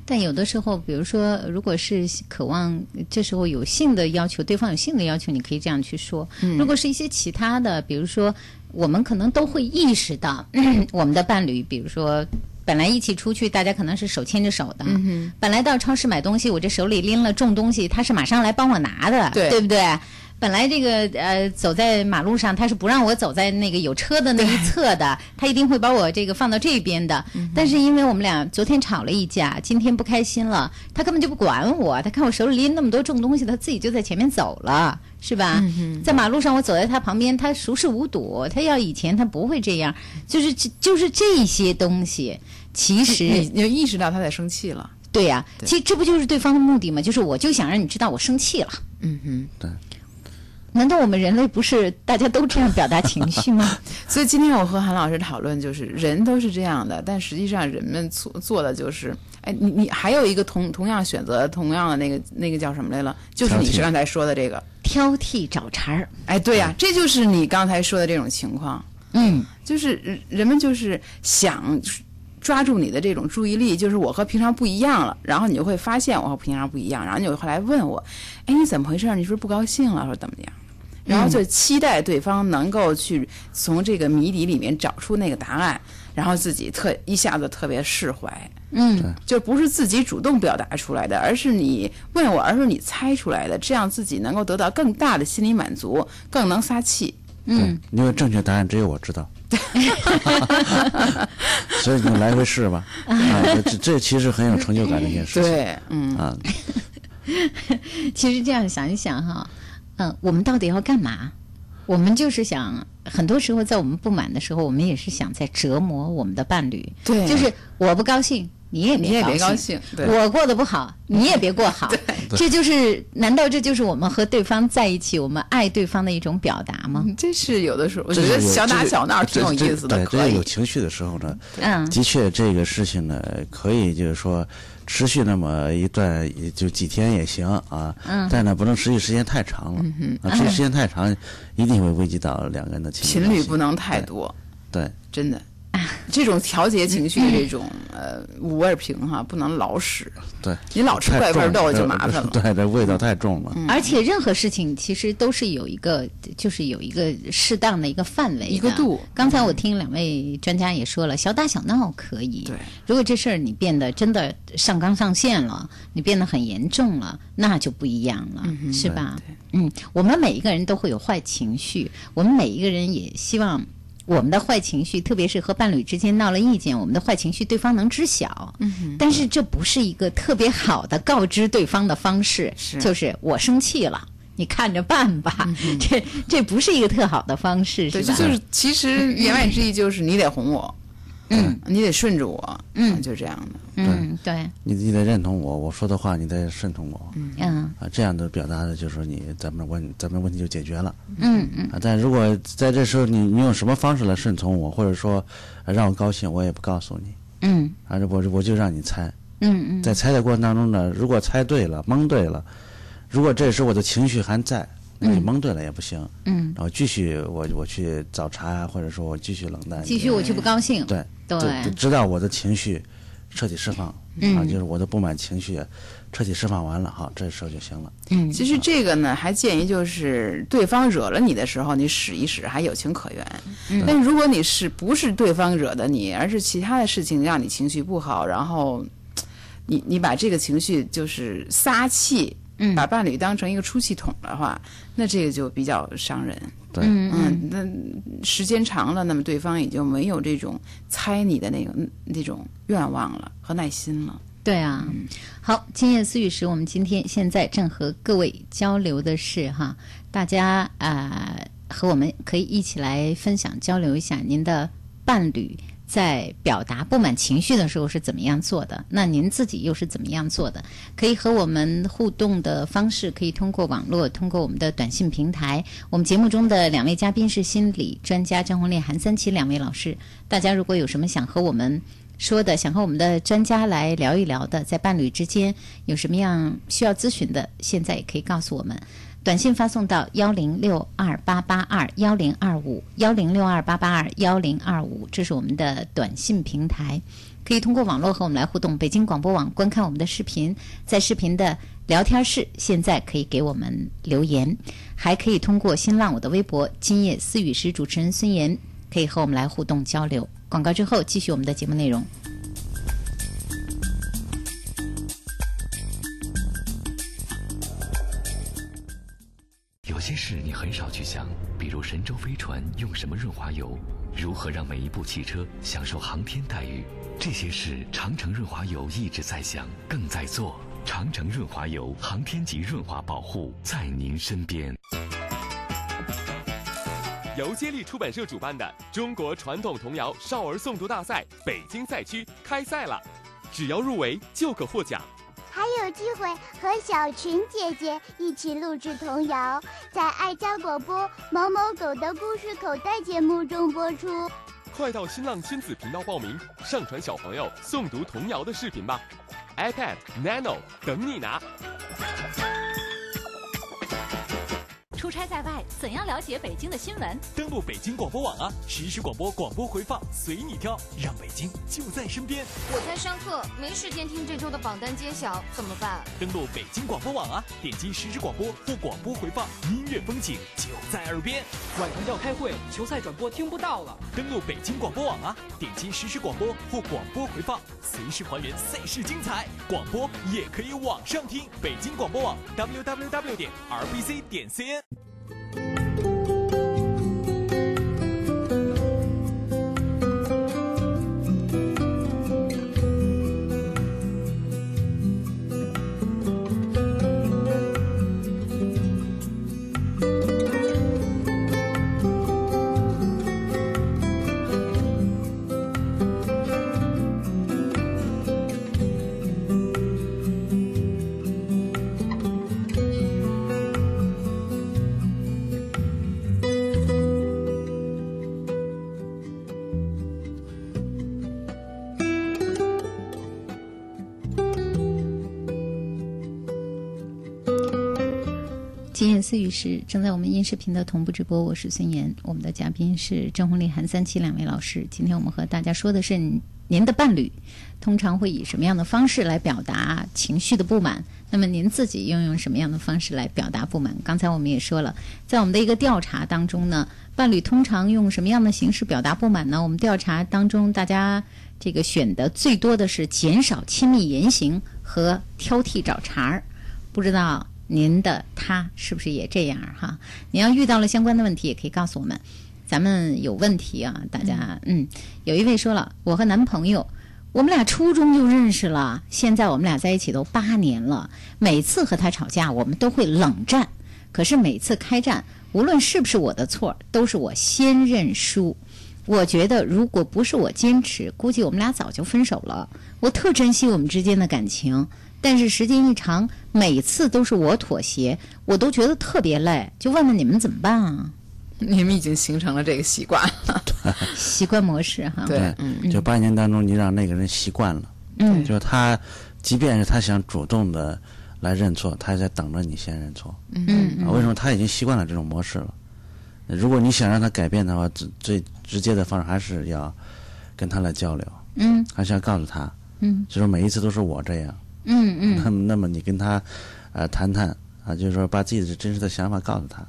Speaker 9: 但有的时候，比如说，如果是渴望这时候有性的要求，对方有性的要求，你可以这样去说。
Speaker 12: 嗯
Speaker 9: 如果是一些其他的，比如说，我们可能都会意识到 我们的伴侣，比如说。本来一起出去，大家可能是手牵着手的。
Speaker 12: 嗯
Speaker 9: 本来到超市买东西，我这手里拎了重东西，他是马上来帮我拿的，
Speaker 12: 对
Speaker 9: 不对？本来这个呃，走在马路上，他是不让我走在那个有车的那一侧的，他一定会把我这个放到这边的。但是因为我们俩昨天吵了一架，今天不开心了，他根本就不管我，他看我手里拎那么多重东西，他自己就在前面走了，是吧？在马路上我走在他旁边，他熟视无睹，他要以前他不会这样，就是这就是这些东西，其实
Speaker 10: 你你就意识到他在生气了。
Speaker 9: 对呀、
Speaker 10: 对
Speaker 9: 其实这不就是对方的目的吗？就是我就想让你知道我生气了。
Speaker 10: 嗯哼。
Speaker 9: 难道我们人类不是大家都这样表达情绪吗？
Speaker 10: 所以今天我和韩老师讨论，就是人都是这样的，但实际上人们做做的就是，哎，你你还有一个同同样选择同样的那个那个叫什么来了，就是
Speaker 9: 挑
Speaker 10: 你
Speaker 9: 剔
Speaker 10: 是刚才说的这个
Speaker 9: 挑剔找茬儿。
Speaker 10: 哎，对呀、这就是你刚才说的这种情况。
Speaker 9: 嗯，
Speaker 10: 就是人人们就是想抓住你的这种注意力，就是我和平常不一样了，然后你就会发现我和平常不一样，然后你就会来问我，哎，你怎么回事儿？你是不是不高兴了，或者怎么样？然后就期待对方能够去从这个谜底里面找出那个答案，然后自己特一下子特别释怀。
Speaker 13: 嗯，
Speaker 10: 就不是自己主动表达出来的，而是你问我，而是你猜出来的，这样自己能够得到更大的心理满足，更能撒气。
Speaker 5: 对，嗯因为正确答案只有我知道， 所以你来回试吧。啊，这这其实很有成就感的一件事情。
Speaker 10: 对，嗯
Speaker 5: 啊，
Speaker 9: 其实这样想一想哈，嗯、我们到底要干嘛？我们就是想，很多时候在我们不满的时候，我们也是想在折磨我们的伴侣。
Speaker 10: 对
Speaker 9: 就是我不高兴，你也
Speaker 10: 你
Speaker 9: 别
Speaker 10: 也别
Speaker 9: 高
Speaker 10: 高兴对
Speaker 9: 我过得不好，你也别过 好。这就是，难道这就是我们和对方在一起，我们爱对方的一种表达吗？
Speaker 10: 这是有的时候，我
Speaker 5: 这
Speaker 10: 觉得
Speaker 5: 是有
Speaker 10: 小打
Speaker 5: 这个
Speaker 10: 小闹
Speaker 5: 这
Speaker 10: 挺有意
Speaker 5: 这
Speaker 10: 思的，
Speaker 5: 对，
Speaker 10: 可
Speaker 5: 这
Speaker 10: 以
Speaker 5: 有。情绪的时候呢，
Speaker 9: 嗯
Speaker 5: 的确这个事情呢，可以就是说持续那么一段，也就几天也行啊。
Speaker 10: 嗯
Speaker 5: 但呢，不能持续时间太长了。
Speaker 10: 嗯哼
Speaker 5: 啊，持续时间太长，一定会危及到两个人的情
Speaker 10: 频
Speaker 5: 感
Speaker 10: 率
Speaker 5: 关系
Speaker 10: 不能太多，
Speaker 5: 对。
Speaker 10: 真的。这种调节情绪的这种呃五味瓶哈，不能老使。
Speaker 5: 对，
Speaker 10: 你老吃怪味儿豆就麻烦了嗯
Speaker 5: 了。呃 对，这味道太重了。
Speaker 9: 而且任何事情其实都是有一个，就是有一个适当的一个范围的、
Speaker 10: 一个度嗯
Speaker 9: 刚才我听两位专家也说了，小打小闹可以。对，如果这事儿你变得真的上纲上线了，你变得很严重了，那就不一样了，
Speaker 13: 嗯哼
Speaker 9: 是吧？嗯，我们每一个人都会有坏情绪，我们每一个人也希望。我们的坏情绪，特别是和伴侣之间闹了意见，我们的坏情绪对方能知晓。
Speaker 10: 嗯哼
Speaker 9: 但是这不是一个特别好的告知对方的方式，就是我生气了，你看着办吧。 这这不是一个特好的方式，
Speaker 10: 对，
Speaker 9: 是
Speaker 10: 这
Speaker 9: 吧？
Speaker 10: 就是其实言外之意就是你得哄我，
Speaker 9: 嗯，
Speaker 10: 你得顺着我，嗯，就这样的。
Speaker 9: 嗯，对，
Speaker 5: 你你得认同我，我说的话你得顺从我。
Speaker 9: 嗯
Speaker 5: 啊，这样的表达的就是说你咱们的问咱们的问题就解决了。
Speaker 9: 嗯嗯
Speaker 5: 啊，但如果在这时候你你用什么方式来顺从我，或者说呃让我高兴，我也不告诉你，
Speaker 9: 嗯
Speaker 5: 啊，我我就让你猜，
Speaker 9: 嗯嗯，
Speaker 5: 在猜的过程当中呢，如果猜对了，蒙对了，如果这时候我的情绪还在，那你
Speaker 9: 嗯
Speaker 5: 蒙对了也不行，
Speaker 9: 嗯
Speaker 5: 然后继续我我去找茬，或者说我继续冷淡你，
Speaker 9: 继续我去不高兴。
Speaker 5: 对
Speaker 9: 对
Speaker 5: 就就知道我的情绪彻底释放，
Speaker 9: 嗯
Speaker 5: 啊，就是我的不满情绪彻底释放完了，好，这时候就行了，
Speaker 9: 嗯，
Speaker 10: 其实这个呢，还建议就是对方惹了你的时候，你使一使，还有情可原。
Speaker 9: 嗯
Speaker 10: 但如果你是不是对方惹的你，而是其他的事情让你情绪不好，然后你你把这个情绪就是撒气，把伴侣当成一个出气筒的话，那这个就比较伤人。
Speaker 5: 对
Speaker 9: 嗯
Speaker 10: 嗯，那时间长了，那么对方也就没有这种猜你的那个那种愿望了和耐心了。
Speaker 9: 对啊，好，今夜私语时，我们今天现在正和各位交流的是哈，大家啊、呃和我们可以一起来分享交流一下您的伴侣在表达不满情绪的时候是怎么样做的，那您自己又是怎么样做的？可以和我们互动的方式可以通过网络，通过我们的短信平台。我们节目中的两位嘉宾是心理专家张红烈、韩三奇两位老师，大家如果有什么想和我们。说的，想和我们的专家来聊一聊的，在伴侣之间有什么样需要咨询的，现在也可以告诉我们。短信发送到幺零六二八八二幺零二五幺零六二八八二幺零二五，这是我们的短信平台，可以通过网络和我们来互动。北京广播网观看我们的视频，在视频的聊天室现在可以给我们留言，还可以通过新浪我的微博“今夜思雨时”主持人孙岩，可以和我们来互动交流。广告之后继续我们的节目内容。
Speaker 7: 有些事你很少去想，比如神舟飞船用什么润滑油，如何让每一部汽车享受航天待遇，这些事长城润滑油一直在想，更在做。长城润滑油，航天级润滑保护，在您身边。
Speaker 14: 由接力出版社主办的中国传统童谣少儿诵读大赛北京赛区开赛了，只要入围就可获奖。
Speaker 6: 还有机会和小群姐姐一起录制童谣，在爱家广播《某某狗的故事口袋》节目中播出。
Speaker 14: 快到新浪亲子频道报名，上传小朋友诵读童谣的视频吧。iPad、Nano 等你拿。
Speaker 15: 出差在外，怎样了解北京的新闻？
Speaker 2: 登录北京广播网啊，实时广播广播回放随你挑，让北京就在身边。
Speaker 16: 我在上课，没时间听这周的榜单揭晓，怎么办？
Speaker 2: 登录北京广播网啊，点击实时广播或广播回放，音乐风景就在耳边。
Speaker 17: 晚上要开会，球赛转播听不到了。
Speaker 2: 登录北京广播网啊，点击实时广播或广播回放，随时还原赛事精彩。广播也可以网上听，北京广播网 www 点 rbc 点 cn。
Speaker 9: 今夜思雨时正在我们音视频的同步直播，我是孙岩，我们的嘉宾是郑红丽、韩三七两位老师。今天我们和大家说的是您的伴侣通常会以什么样的方式来表达情绪的不满？那么您自己又用什么样的方式来表达不满？刚才我们也说了，在我们的一个调查当中呢，伴侣通常用什么样的形式表达不满呢？我们调查当中，大家这个选的最多的是减少亲密言行和挑剔找茬儿，不知道。您的他是不是也这样哈？您要遇到了相关的问题，也可以告诉我们，咱们有问题啊，大家嗯，有一位说了，我和男朋友，我们俩初中就认识了，现在我们俩在一起都八年了，每次和他吵架，我们都会冷战，可是每次开战，无论是不是我的错，都是我先认输。我觉得如果不是我坚持，估计我们俩早就分手了。我特珍惜我们之间的感情。但是时间一长，每次都是我妥协，我都觉得特别累。就问问你们怎么办啊？
Speaker 10: 你们已经形成了这个习惯了，
Speaker 9: 习惯模式哈。
Speaker 10: 对，
Speaker 5: 嗯、就八年当中，你让那个人习惯了。嗯，就他，即便是他想主动的来认错，他在等着你先认错。
Speaker 9: 嗯、
Speaker 5: 啊，为什么他已经习惯了这种模式了？如果你想让他改变的话，最最直接的方式还是要跟他来交流。
Speaker 9: 嗯，
Speaker 5: 还是要告诉他。
Speaker 9: 嗯，
Speaker 5: 就说每一次都是我这样。
Speaker 9: 嗯嗯，
Speaker 5: 那么那么你跟他，呃，谈谈啊，就是说把自己的真实的想法告诉他，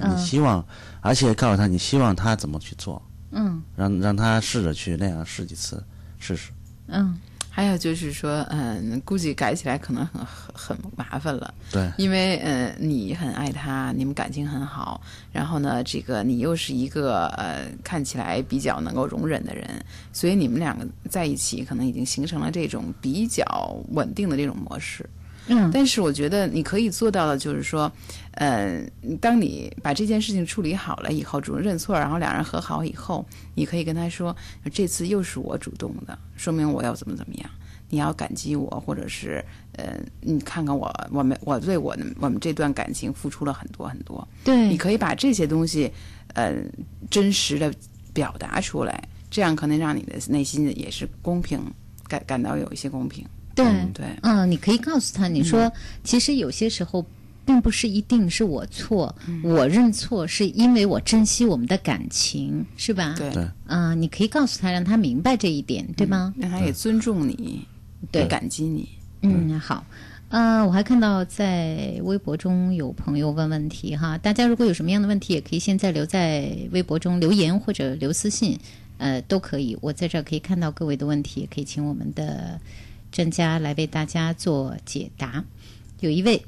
Speaker 5: 啊、你希望，哦、而且告诉他你希望他怎么去做，
Speaker 9: 嗯，
Speaker 5: 让让他试着去那样试几次试试。
Speaker 9: 嗯，
Speaker 10: 还有就是说，嗯，估计改起来可能很很麻烦了，
Speaker 5: 对，
Speaker 10: 因为嗯，你很爱他，你们感情很好，然后呢，这个你又是一个呃看起来比较能够容忍的人，所以你们两个在一起可能已经形成了这种比较稳定的这种模式。
Speaker 9: 嗯，
Speaker 10: 但是我觉得你可以做到的就是说，嗯、呃，当你把这件事情处理好了以后，主动认错，然后两人和好以后，你可以跟他说，这次又是我主动的，说明我要怎么怎么样，你要感激我，或者是，嗯、呃，你看看我，我们我对我我们这段感情付出了很多很多，
Speaker 9: 对，
Speaker 10: 你可以把这些东西，呃，真实的表达出来，这样可能让你的内心也是公平，感感到有一些公平。
Speaker 9: 对、
Speaker 10: 嗯、对，
Speaker 9: 嗯，你可以告诉他，你说、嗯、其实有些时候，并不是一定是我错，嗯、我认错是因为我珍惜我们的感情，是吧？
Speaker 10: 对，
Speaker 9: 嗯、呃，你可以告诉他，让他明白这一点，对吗？
Speaker 10: 让他也尊重你，
Speaker 9: 对，
Speaker 10: 感激你。
Speaker 9: 嗯，好。呃，我还看到在微博中有朋友问问题哈，大家如果有什么样的问题，也可以现在留在微博中留言或者留私信，呃，都可以。我在这可以看到各位的问题，也可以请我们的。专家来为大家做解答。有一位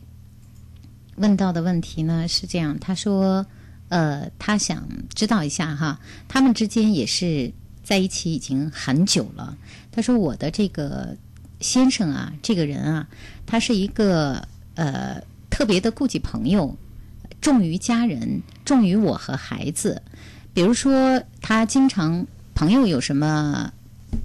Speaker 9: 问到的问题呢是这样，他说：“呃，他想知道一下哈，他们之间也是在一起已经很久了。他说我的这个先生啊，这个人啊，他是一个呃特别的顾及朋友，重于家人，重于我和孩子。比如说，他经常朋友有什么。”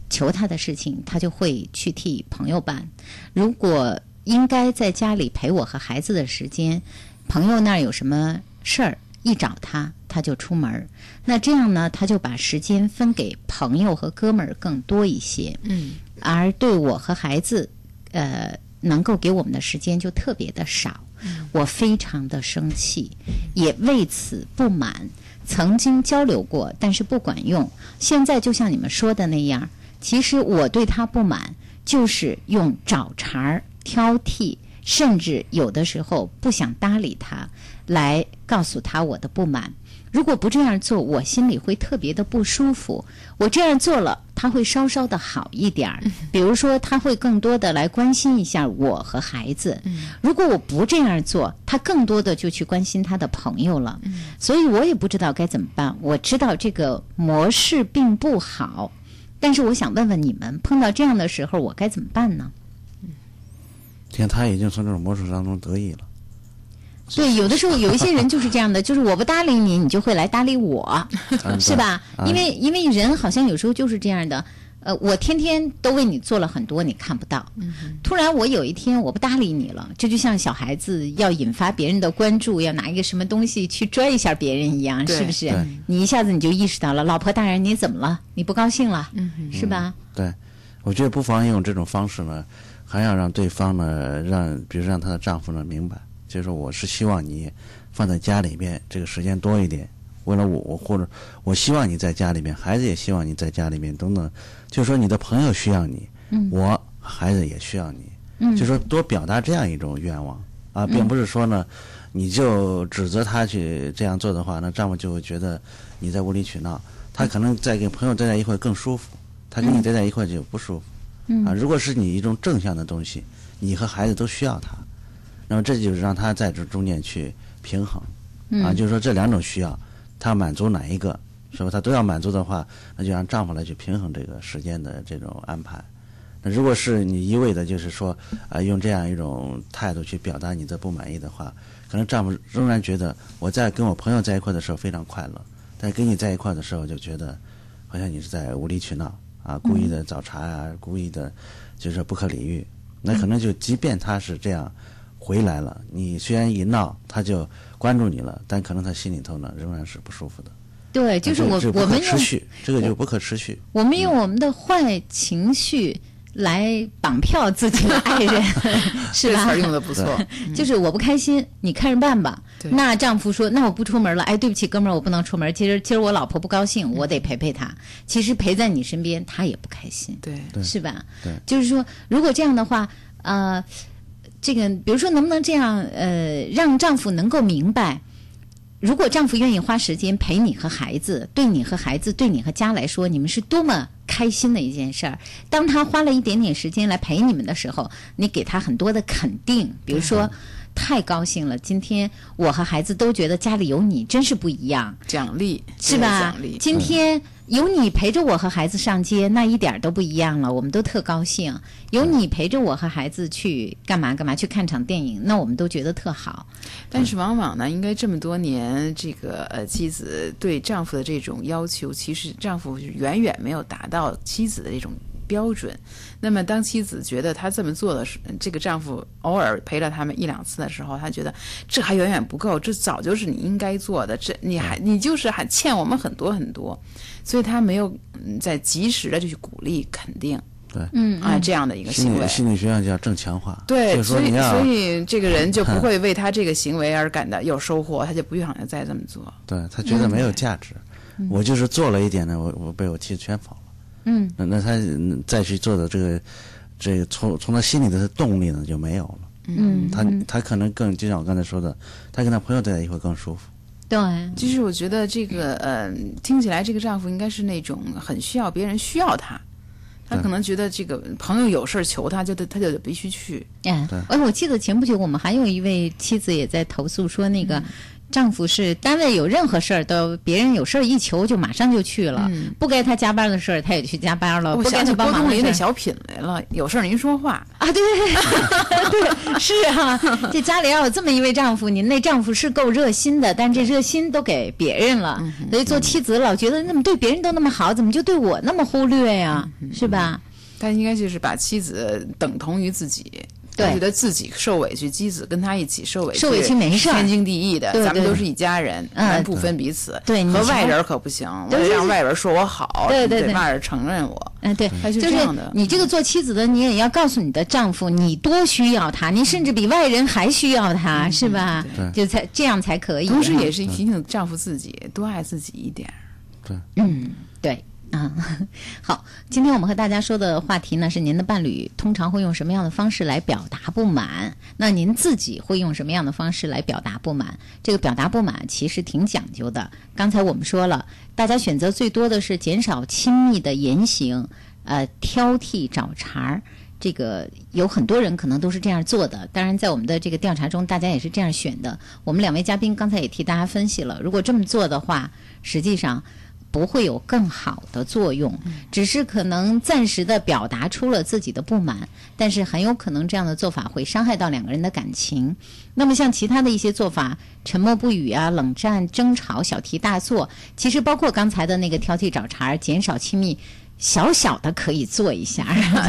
Speaker 9: 求他的事情，他就会去替朋友办。如果应该在家里陪我和孩子的时间，朋友那儿有什么事儿，一找他他就出门。那这样呢，他就把时间分给朋友和哥们儿更多一些。
Speaker 10: 嗯，
Speaker 9: 而对我和孩子，呃，能够给我们的时间就特别的少。我非常的生气，也为此不满。曾经交流过，但是不管用。现在就像你们说的那样，其实我对他不满，就是用找茬儿、挑剔，甚至有的时候不想搭理他，来告诉他我的不满。如果不这样做，我心里会特别的不舒服。我这样做了，他会稍稍的好一点儿。比如说，他会更多的来关心一下我和孩子。如果我不这样做，他更多的就去关心他的朋友了。所以我也不知道该怎么办。我知道这个模式并不好，但是我想问问你们，碰到这样的时候，我该怎么办 呢？
Speaker 5: 天，他已经从这种魔术当中得意了。
Speaker 9: 对，有的时候有一些人就是这样的， 就是我不搭理你，你就会来搭理我， 是吧？啊因为因为人好像有时候就是这样的，呃，我天天都为你做了很多，你看不到，嗯突然我有一天我不搭理你了，这就像小孩子要引发别人的关注，要拿一个什么东西去拽一下别人一样，是不是？你一下子你就意识到了，老婆大人你怎么了？你不高兴了，是吧、
Speaker 5: 嗯？对，我觉得不妨用这种方式呢，还要让对方呢，让比如让她的丈夫呢明白。就是我是希望你放在家里面这个时间多一点，为了我，或者我希望你在家里面，孩子也希望你在家里面等等。就是说你的朋友需要你，嗯、我孩子也需要你，嗯、就说多表达这样一种愿望啊，并不是说呢，嗯、你就指责他去这样做的话，那丈夫就会觉得你在无理取闹，他可能在跟朋友待在一块更舒服，他跟你待在一块就不舒服
Speaker 9: 嗯
Speaker 5: 啊。如果是你一种正向的东西，你和孩子都需要他。那么这就是让他在这中间去平衡，嗯、啊，就是说这两种需要，他满足哪一个，是吧？他都要满足的话，那就让丈夫来去平衡这个时间的这种安排。那如果是你一味的，就是说啊、呃，用这样一种态度去表达你的不满意的话，可能丈夫仍然觉得我在跟我朋友在一块的时候非常快乐，但是跟你在一块的时候就觉得好像你是在无理取闹啊，故意的找茬啊，嗯、故意的，就是不可理喻。那可能就即便他是这样。回来了，你虽然一闹，他就关注你了，但可能他心里头呢仍然是不舒服的。
Speaker 9: 对，就是我我们
Speaker 5: 持续这个就不可持续。
Speaker 9: 我们
Speaker 10: 嗯
Speaker 9: 用我们的坏情绪来绑票自己的爱 人，是吧？
Speaker 10: 词用的不错。嗯
Speaker 9: 就是我不开心，你看着办吧。那丈夫说：“那我不出门了。”哎，对不起，哥们儿，我不能出门。今儿今儿我老婆不高兴，我得陪陪
Speaker 10: 嗯
Speaker 9: 她。其实陪在你身边，她也不开心，
Speaker 10: 对，
Speaker 9: 是吧？
Speaker 5: 对，
Speaker 9: 就是说，如果这样的话，呃。这个，比如说，能不能这样？呃，让丈夫能够明白，如果丈夫愿意花时间陪你和孩子，对你和孩子，对你和家来说，你们是多么开心的一件事儿。当他花了一点点时间来陪你们的时候，你给他很多的肯定，比如说。嗯太高兴了！今天我和孩子都觉得家里有你真是不一样，
Speaker 10: 奖励
Speaker 9: 是吧？
Speaker 10: 奖励嗯
Speaker 9: 今天有你陪着我和孩子上街，嗯、那一点都不一样了，我们都特高兴。
Speaker 10: 嗯
Speaker 9: 有你陪着我和孩子去干嘛干嘛，去看场电影，那我们都觉得特好。
Speaker 10: 但是往往呢，应该这么多年，这个呃妻子对丈夫的这种要求，其实丈夫远远没有达到妻子的这种。标准，那么当妻子觉得她这么做的时，这个丈夫偶尔陪了他们一两次的时候，她觉得这还远远不够，这早就是你应该做的，这
Speaker 5: 嗯
Speaker 10: 你还你就是还欠我们很多很多，所以她没有在及时的就去鼓励肯定，
Speaker 5: 对，
Speaker 9: 嗯
Speaker 10: 啊这样的一个行为，
Speaker 5: 心理学上叫正强化，
Speaker 10: 对，
Speaker 5: 所
Speaker 10: 以所以这个人就不会为他这个行为而感到有收获，他就不想再这么做，
Speaker 5: 对他觉得没有价值，嗯、我就是做了一点呢，我我被我妻子全否了。
Speaker 9: 嗯，
Speaker 5: 那那他再去做的这个，这个从从他心里的动力呢就没有了。
Speaker 9: 嗯，
Speaker 5: 他他可能更就像我刚才说的，他跟他朋友待在一块更舒服。
Speaker 9: 对，
Speaker 10: 其实我觉得这个呃，听起来这个丈夫应该是那种很需要别人需要他，他可能觉得这个朋友有事儿求他，就得他就得必须去。
Speaker 9: 哎，哎，我记得前不久我们还有一位妻子也在投诉说那个。嗯丈夫是单位有任何事儿都别人有事儿一求就马上就去了，嗯、不该他加班的事儿他也去加班
Speaker 10: 呃
Speaker 9: 了，不该他帮忙的
Speaker 10: 事那小品来了，有事儿您说话
Speaker 9: 啊，对对 对，是啊，这家里要有这么一位丈夫，您那丈夫是够热心的，但这热心都给别人了，嗯、所以做妻子老觉得怎么对别人都那么好，怎么就对我
Speaker 10: 嗯
Speaker 9: 那么忽略呀、啊？嗯、是吧？
Speaker 10: 他应该就是把妻子等同于自己。我觉得自己受委屈，妻子跟他一起受委屈，
Speaker 9: 受委屈没事，
Speaker 10: 天经地义的。
Speaker 9: 对对
Speaker 10: 咱们都是一家人，
Speaker 9: 嗯
Speaker 10: 咱不分彼此。
Speaker 9: 对你
Speaker 10: 和
Speaker 9: 瞧
Speaker 10: 外人可不行，我
Speaker 9: 对
Speaker 10: 得
Speaker 9: 对
Speaker 10: 让
Speaker 9: 对
Speaker 10: 外人说我好，
Speaker 9: 对对
Speaker 10: 你
Speaker 9: 对
Speaker 10: 得外人承认我。
Speaker 9: 嗯，对，
Speaker 10: 他
Speaker 9: 就
Speaker 10: 就是这样的
Speaker 9: 你这个做妻子的，你也要告诉你的丈夫，你多需要他，你甚至比外人还需要他，是吧？
Speaker 5: 对
Speaker 9: 就才这样才可以。
Speaker 10: 嗯同时，也
Speaker 9: 哈
Speaker 10: 是提醒丈夫自己多爱自己一点儿。
Speaker 9: 嗯，对啊，好，今天我们和大家说的话题呢是您的伴侣通常会用什么样的方式来表达不满？那您自己会用什么样的方式来表达不满？这个表达不满其实挺讲究的。刚才我们说了，大家选择最多的是减少亲密的言行，呃，挑剔找茬儿。这个有很多人可能都是这样做的。当然，在我们的这个调查中，大家也是这样选的。我们两位嘉宾刚才也替大家分析了，如果这么做的话，实际上不会有更好的作用，只是可能暂时的表达出了自己的不满，但是很有可能这样的做法会伤害到两个人的感情。那么像其他的一些做法，沉默不语啊、冷战、争吵、小题大做，其实包括刚才的那个挑剔找茬儿、减少亲密。小小的可以做一下，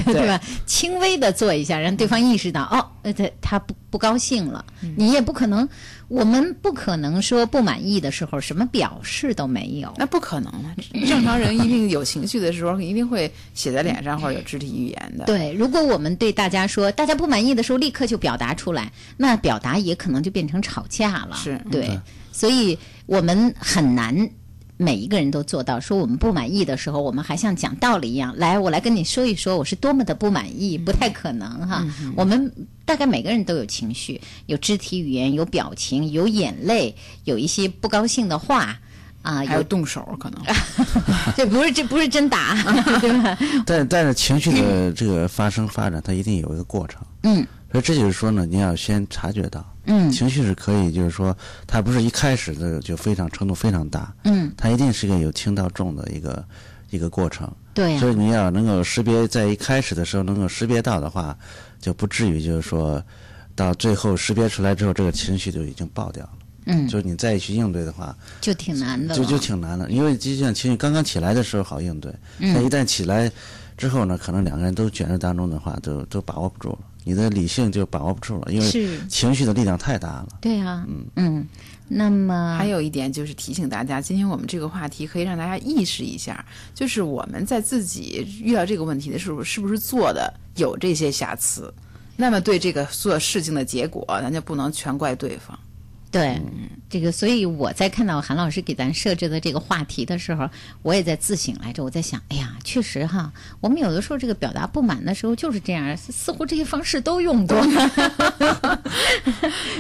Speaker 9: 对吧？轻微的做一下，让对方意识到哦，呃，他他不不高兴了。你也不可能，我们不可能说不满意的时候什么表示都没有，
Speaker 10: 那不可能啊！正常人一定有情绪的时候，一定会写在脸上或者有肢体语言的。
Speaker 9: 对，如果我们对大家说大家不满意的时候，立刻就表达出来，那表达也可能就变成吵架了。
Speaker 10: 是嗯
Speaker 9: 对，
Speaker 10: 对
Speaker 9: 所以我们很难。每一个人都做到，说我们不满意的时候，我们还像讲道理一样，来，我来跟你说一说，我是多么的不满意，不太可能
Speaker 10: 嗯
Speaker 9: 哈。我们大概每个人都有情绪，有肢体语言，有表情，有眼泪，有一些不高兴的话，啊、
Speaker 10: 还有动手可能。
Speaker 9: 这不是这不是真打，对吧？
Speaker 5: 但但是情绪的这个发生发展，它一定有一个过程。
Speaker 9: 嗯
Speaker 5: 所以这就是说呢，你要先察觉到，
Speaker 9: 嗯
Speaker 5: 情绪是可以，就是说它不是一开始的就非常程度非常大，
Speaker 9: 嗯
Speaker 5: 它一定是一个由轻到重的一个一个过程。
Speaker 9: 对呀啊
Speaker 5: 所以你要能够识别，在一开始的时候能够识别到的话，就不至于就是说到最后识别出来之后，这个情绪就已经爆掉了。
Speaker 9: 嗯，
Speaker 5: 就是你再去应对的话，
Speaker 9: 就挺难的了，
Speaker 5: 就就挺难的，因为就像情绪刚刚起来的时候好应对，
Speaker 9: 嗯
Speaker 5: 但一旦起来之后呢，可能两个人都卷入当中的话，都都把握不住了，你的理性就把握不住了，因为
Speaker 9: 是
Speaker 5: 情绪的力量太大了。
Speaker 9: 对啊，嗯嗯，那么
Speaker 5: 嗯
Speaker 10: 还有一点就是提醒大家，今天我们这个话题可以让大家意识一下，就是我们在自己遇到这个问题的时候，是不是做的有这些瑕疵？那么对这个做事情的结果，咱就不能全怪对方。
Speaker 9: 对，
Speaker 10: 嗯
Speaker 9: 这个，所以我在看到韩老师给咱设置的这个话题的时候，我也在自省来着。我在想，哎呀，确实哈，我们有的时候这个表达不满的时候就是这样，似似乎这些方式都用 过，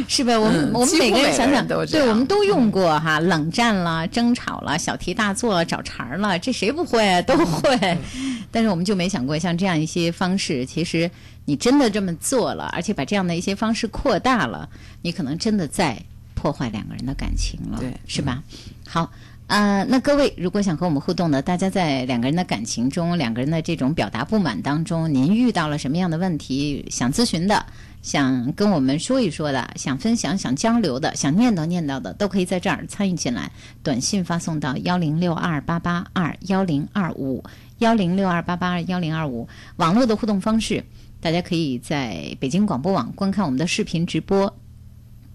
Speaker 9: 是吧？我们、
Speaker 10: 嗯
Speaker 9: 我们
Speaker 10: 几乎
Speaker 9: 每个人
Speaker 10: 每个
Speaker 9: 想
Speaker 10: 人
Speaker 9: 想，
Speaker 10: 都这
Speaker 9: 对，
Speaker 10: 样嗯
Speaker 9: 我们都用过哈，冷战啦、争吵啦、小题大做啦、找茬儿啦，这谁不会啊？都会。
Speaker 10: 嗯
Speaker 9: 但是我们就没想过，像这样一些方式，其实你真的这么做了，而且把这样的一些方式扩大了，你可能真的在破坏两个人的感情了，
Speaker 10: 对，
Speaker 9: 是吧？好。呃，那各位如果想和我们互动呢，大家在两个人的感情中，两个人的这种表达不满当中，您遇到了什么样的问题？想咨询的，想跟我们说一说的，想分享、想交流的，想念叨念叨的，都可以在这儿参与进来。短信发送到幺零六二八八二幺零二五幺零六二八八二幺零二五，网络的互动方式，大家可以在北京广播网观看我们的视频直播，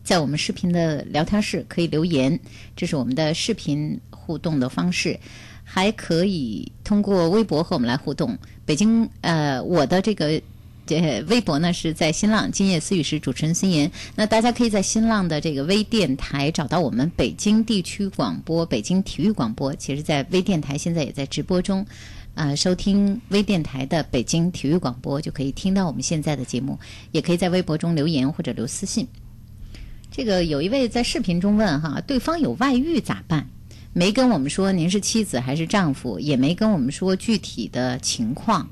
Speaker 9: 在我们视频的聊天室可以留言，这是我们的视频互动的方式，还可以通过微博和我们来互动。北京呃，我的这个。这微博呢是在新浪“今夜思雨时”，主持人孙岩。那大家可以在新浪的这个微电台找到我们北京地区广播、北京体育广播。其实，在微电台现在也在直播中，呃，收听微电台的北京体育广播就可以听到我们现在的节目，也可以在微博中留言或者留私信。这个有一位在视频中问哈，对方有外遇咋办？没跟我们说您是妻子还是丈夫，也没跟我们说具体的情况，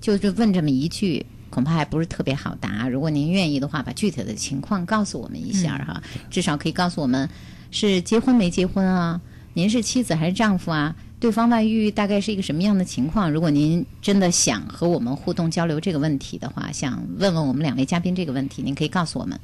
Speaker 9: 就是问这么一句，恐怕还不是特别好答。如果您愿意的话，把具体的情况告诉我们一下儿哈，至少可以告诉我们是结婚没结婚啊，您是妻子还是丈夫啊？对方外遇大概是一个什么样的情况？如果您真的想和我们互动交流这个问题的话，想问问我们两位嘉宾这个问题，您可以告诉我们。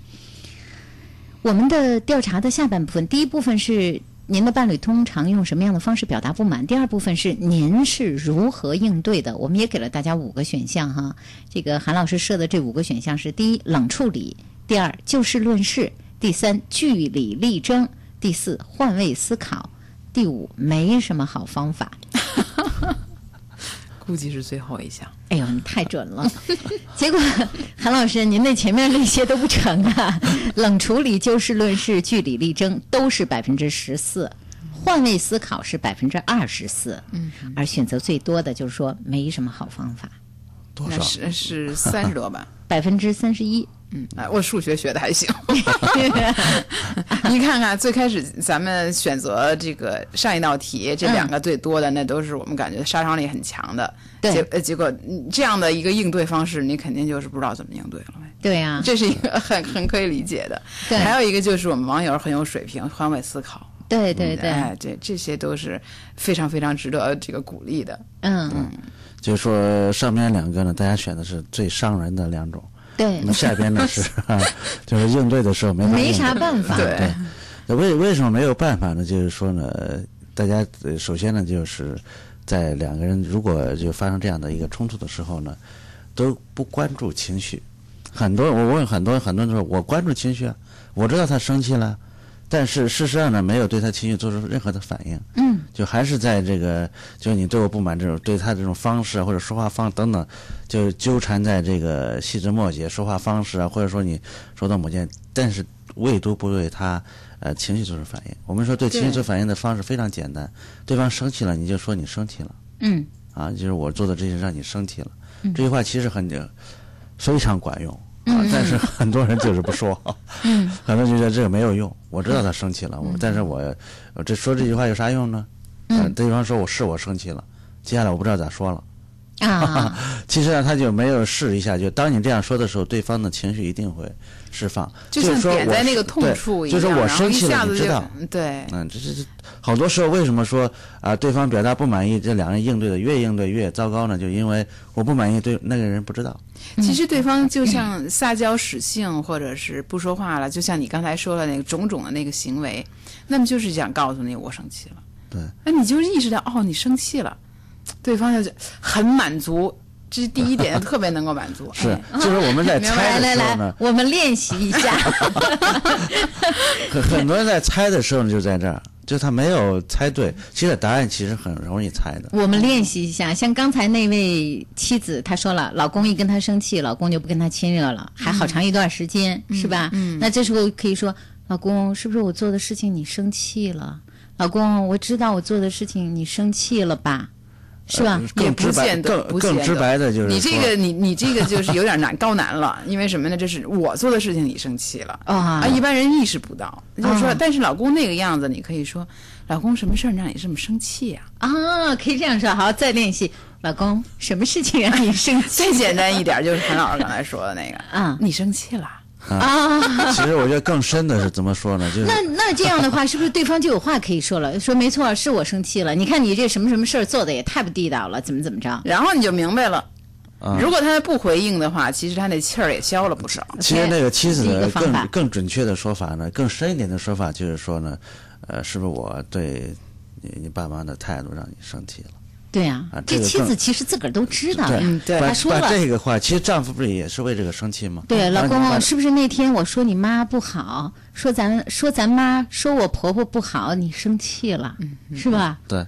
Speaker 9: 我们的调查的下半部分，第一部分是您的伴侣通常用什么样的方式表达不满？第二部分是您是如何应对的？我们也给了大家五个选项哈。这个韩老师设的这五个选项是：第一，冷处理；第二，就事论事；第三，据理力争；第四，换位思考；第五，没什么好方法。
Speaker 10: 估计是最后一项。
Speaker 9: 哎呦，你太准 了！结果韩老师，您那前面那些都不成啊！冷处理、就事论事、据理力争都是百分之十四，换位思考是百分之二十四。嗯，而选择最多的就是说没什么好方法。
Speaker 5: 多少？
Speaker 10: 是是三十多吧？
Speaker 9: 百分之三十一。
Speaker 10: 嗯，哎，我数学学 的还行。你看看，最开始咱们选择这个上一道题，
Speaker 5: 嗯
Speaker 10: 这两个最多的，那都是我们感觉杀伤力很强的。
Speaker 9: 对、
Speaker 10: 嗯，结结果这样的一个应对方式，你肯定就是不知道怎么应对了。
Speaker 9: 对
Speaker 5: 嗯
Speaker 9: 呀、啊，
Speaker 10: 这是一个很很可以理解的。
Speaker 9: 对，
Speaker 10: 还有一个就是我们网友很有水平，换位思考。
Speaker 9: 对对对，
Speaker 10: 哎，这这些都是非常非常值得这个鼓励的。
Speaker 9: 嗯嗯，
Speaker 5: 就说上面两个呢，大家选的是最伤人的两种。
Speaker 9: 对，
Speaker 5: 那下边呢是啊，就是应对的时候没
Speaker 9: 没啥办法。
Speaker 5: 对，对为为什么没有办法呢？就是说呢，大家呃首先呢，就是在两个人如果就发生这样的一个冲突的时候呢，都不关注情绪。很多我问很多很多人说，我关注情绪啊，我知道他生气了，但是事实上呢，没有对他情绪做出任何的反应。
Speaker 9: 嗯，
Speaker 5: 就还是在这个，就是你对我不满这种对他这种方式或者说话方等等。就纠缠在这个细枝末节、说话方式啊，或者说你说到某件，但是唯独不对他呃情绪做出反应。我们说对情绪做反应的方式非常简单，对方生气了你就说你生气了，
Speaker 9: 嗯，
Speaker 5: 啊，就是我做的这些让你生气了，嗯、这句话其实很非常管用啊，嗯、但是很多人就是不说，
Speaker 9: 嗯，
Speaker 5: 很多人觉得这个没有用。我知道他生气了，嗯、我但是我我这说这句话有啥用呢？嗯、呃，对方说我是我生气了，接下来我不知道咋说了。
Speaker 9: 啊，
Speaker 5: 其实呢，他就没有试一下，就当你这样说的时候，对方的情绪一定会释放，
Speaker 10: 就
Speaker 5: 像
Speaker 10: 点在那个痛处
Speaker 5: 一样，就是我生气了，你知道，
Speaker 10: 对，
Speaker 5: 嗯，这这这，好多时候为什么说啊、呃，对方表达不满意，这两人应对的越应对越糟糕呢？就因为我不满意，对那个人不知道。
Speaker 10: 其实对方就像撒娇使性，或者是不说话了，就像你刚才说的那个种种的那个行为，那么就是想告诉你我生气了，
Speaker 5: 对，
Speaker 10: 那你就意识到哦，你生气了。对方就是很满足，这是第一点，特别能够满足。 哎
Speaker 5: 是，就是我们在猜的时候呢，
Speaker 9: 来来来我们练习一下。
Speaker 5: 很很多人在猜的时候呢，就在这儿，就他没有猜对。其实答案其实很容易猜的。
Speaker 9: 我们练习一下，像刚才那位妻子，她说了，老公一跟她生气，老公就不跟她亲热了，
Speaker 5: 嗯
Speaker 9: 还好长一段时间，
Speaker 10: 嗯、
Speaker 9: 是吧？
Speaker 10: 嗯。
Speaker 9: 那这时候可以说，老公，是不是我做的事情你生气了？老公，我知道我做的事情你生气了吧？是吧？
Speaker 10: 也
Speaker 5: 不
Speaker 10: 见得，
Speaker 5: 更更直白的就是
Speaker 10: 你这个，你你这个就是有点难高难了，因为什么呢？这是我做的事情，你生气了、哦、
Speaker 9: 啊！
Speaker 10: 一般人意识不到，就是说，哦、但是老公那个样子，你可以说，老公什么事儿让你这么生气呀、
Speaker 9: 啊？啊，可以这样说，好，再练习。老公，什么事情让你生气？
Speaker 10: 最简单一点就是韩老师刚才说的那个
Speaker 9: 啊，
Speaker 10: 你生气了。
Speaker 5: 啊，其实我觉得更深的是怎么说呢？就是
Speaker 9: 那那这样的话，是不是对方就有话可以说了？说没错，是我生气了。你看你这什么什么事儿做的也太不地道了，怎么怎么着？
Speaker 10: 然后你就明白了。嗯、如果他不回应的话，其实他那气儿也消了不少。
Speaker 5: 其实那个妻子的更更准确的说法呢，更深一点的说法就是说呢，呃，是不是我对你你爸妈的态度让你生气了？
Speaker 9: 对呀、啊，
Speaker 5: 啊、
Speaker 9: 这妻子其实自个儿都知道呀。
Speaker 10: 嗯，对，
Speaker 9: 她说了
Speaker 5: 这个话，其实丈夫不是也是为这个生气吗？
Speaker 9: 对，老公，啊是不是那天我说你妈不好，说咱说咱妈说我婆婆不好，你生气了，嗯、是吧？
Speaker 5: 对，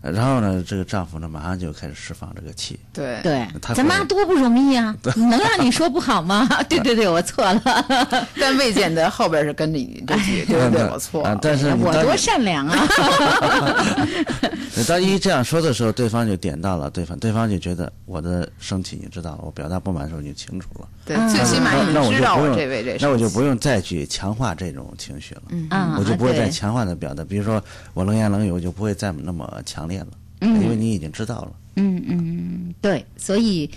Speaker 5: 然后呢，这个丈夫呢，马上就开始释放这个气。
Speaker 10: 对
Speaker 9: 对，咱妈多不容易啊，能让你说不好吗？对对对，我错了，
Speaker 10: 但未见得后边是跟着你这句，对对，我错
Speaker 5: 嗯
Speaker 10: 了。
Speaker 5: 啊但是
Speaker 9: 我多善良啊！
Speaker 5: 当一这样说的时候，对方就点到了对方，对方就觉得我的生气你知道了，我表达不满的时候你清楚了。
Speaker 10: 对，最起码你知道我这位这
Speaker 5: 那我就不用再去强化这种情绪了，
Speaker 9: 嗯，
Speaker 5: 我就不会再强化的表达。比如说我冷言冷语，我就不会再那么强烈了，
Speaker 9: 嗯，
Speaker 5: 因为你已经知道了。
Speaker 9: 嗯嗯，对，所以。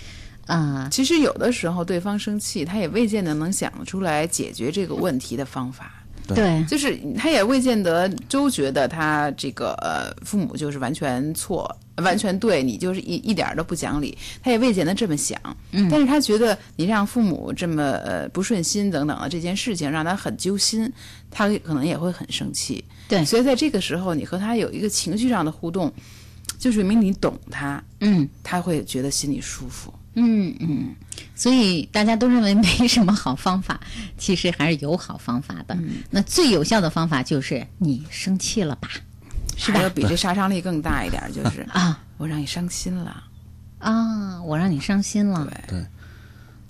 Speaker 9: 啊，
Speaker 10: 其实有的时候对方生气，他也未见得能想出来解决这个问题的方法。
Speaker 9: 对，
Speaker 10: 就是他也未见得都觉得他这个呃父母就是完全错、完全对你就是一一点都不讲理，他也未见得这么想。
Speaker 9: 嗯，
Speaker 10: 但是他觉得你让父母这么呃不顺心等等的这件事情让他很揪心，他可能也会很生气。
Speaker 9: 对，
Speaker 10: 所以在这个时候，你和他有一个情绪上的互动，就说明你懂他，
Speaker 9: 嗯，
Speaker 10: 他会觉得心里舒服。
Speaker 9: 嗯嗯，所以大家都认为没什么好方法，其实还是有好方法的。
Speaker 10: 嗯
Speaker 9: 那最有效的方法就是你生气了吧，是
Speaker 10: 还有
Speaker 9: 吧？
Speaker 10: 比这杀伤力更大一点，就是
Speaker 9: 啊，
Speaker 10: 我让你伤心了，
Speaker 9: 啊，我让你伤心了。
Speaker 5: 对，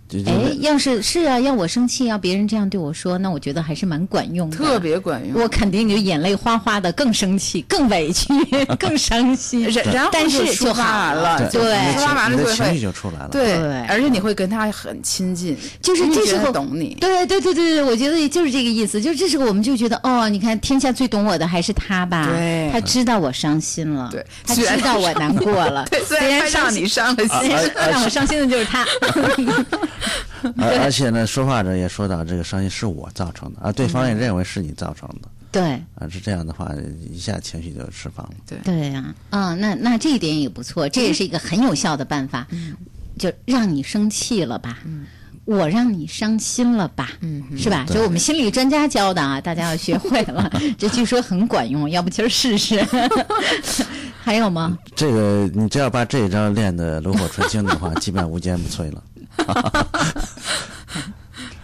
Speaker 5: 就就
Speaker 9: 哎，要是是啊，要我生气，要别人这样对我说，那我觉得还是蛮管用的，
Speaker 10: 特别管用。
Speaker 9: 我肯定就眼泪哗哗的，更生气，更委屈， 更伤心。
Speaker 10: 然然后
Speaker 9: 但
Speaker 10: 就是抒
Speaker 9: 就
Speaker 10: 发
Speaker 9: 好
Speaker 10: 完了，
Speaker 9: 对，
Speaker 10: 抒发完了
Speaker 5: 你
Speaker 10: 就
Speaker 5: 的
Speaker 10: 会
Speaker 5: 情绪就出来了。
Speaker 10: 对
Speaker 9: 对，
Speaker 10: 而且你会跟他很亲近，
Speaker 9: 就是
Speaker 10: 你
Speaker 9: 这
Speaker 10: 觉
Speaker 9: 时
Speaker 10: 得
Speaker 9: 候
Speaker 10: 懂你。
Speaker 9: 对对对对对，我觉得就是这个意思。就这时候我们就觉得，哦，你看天下最懂我的还是他吧，
Speaker 10: 对
Speaker 9: 他知道我伤心了，
Speaker 10: 对
Speaker 9: 他
Speaker 10: 虽然，
Speaker 9: 知道我难过了
Speaker 10: 对虽然
Speaker 9: 虽然
Speaker 10: 他让你伤了心
Speaker 9: 虽然让我伤心的就是 他。
Speaker 5: 而而且呢，说话者也说到这个伤心是我造成的，而啊对
Speaker 10: 嗯
Speaker 5: 方也认为是你造成的。
Speaker 9: 对
Speaker 5: 啊，是这样的话，一下情绪就释放了。
Speaker 10: 对
Speaker 9: 对呀、嗯，那那这一点也不错，这也是一个很有效的办法，就让你生气了吧。我让你伤心了吧，
Speaker 10: 嗯
Speaker 9: 是吧？
Speaker 5: 对
Speaker 9: 这我们心理专家教的啊，大家要学会 了。这据说很管用，要不今儿试 试。还有吗？
Speaker 5: 这个你只要把这一招练得炉火纯青的话，基本无坚不摧了。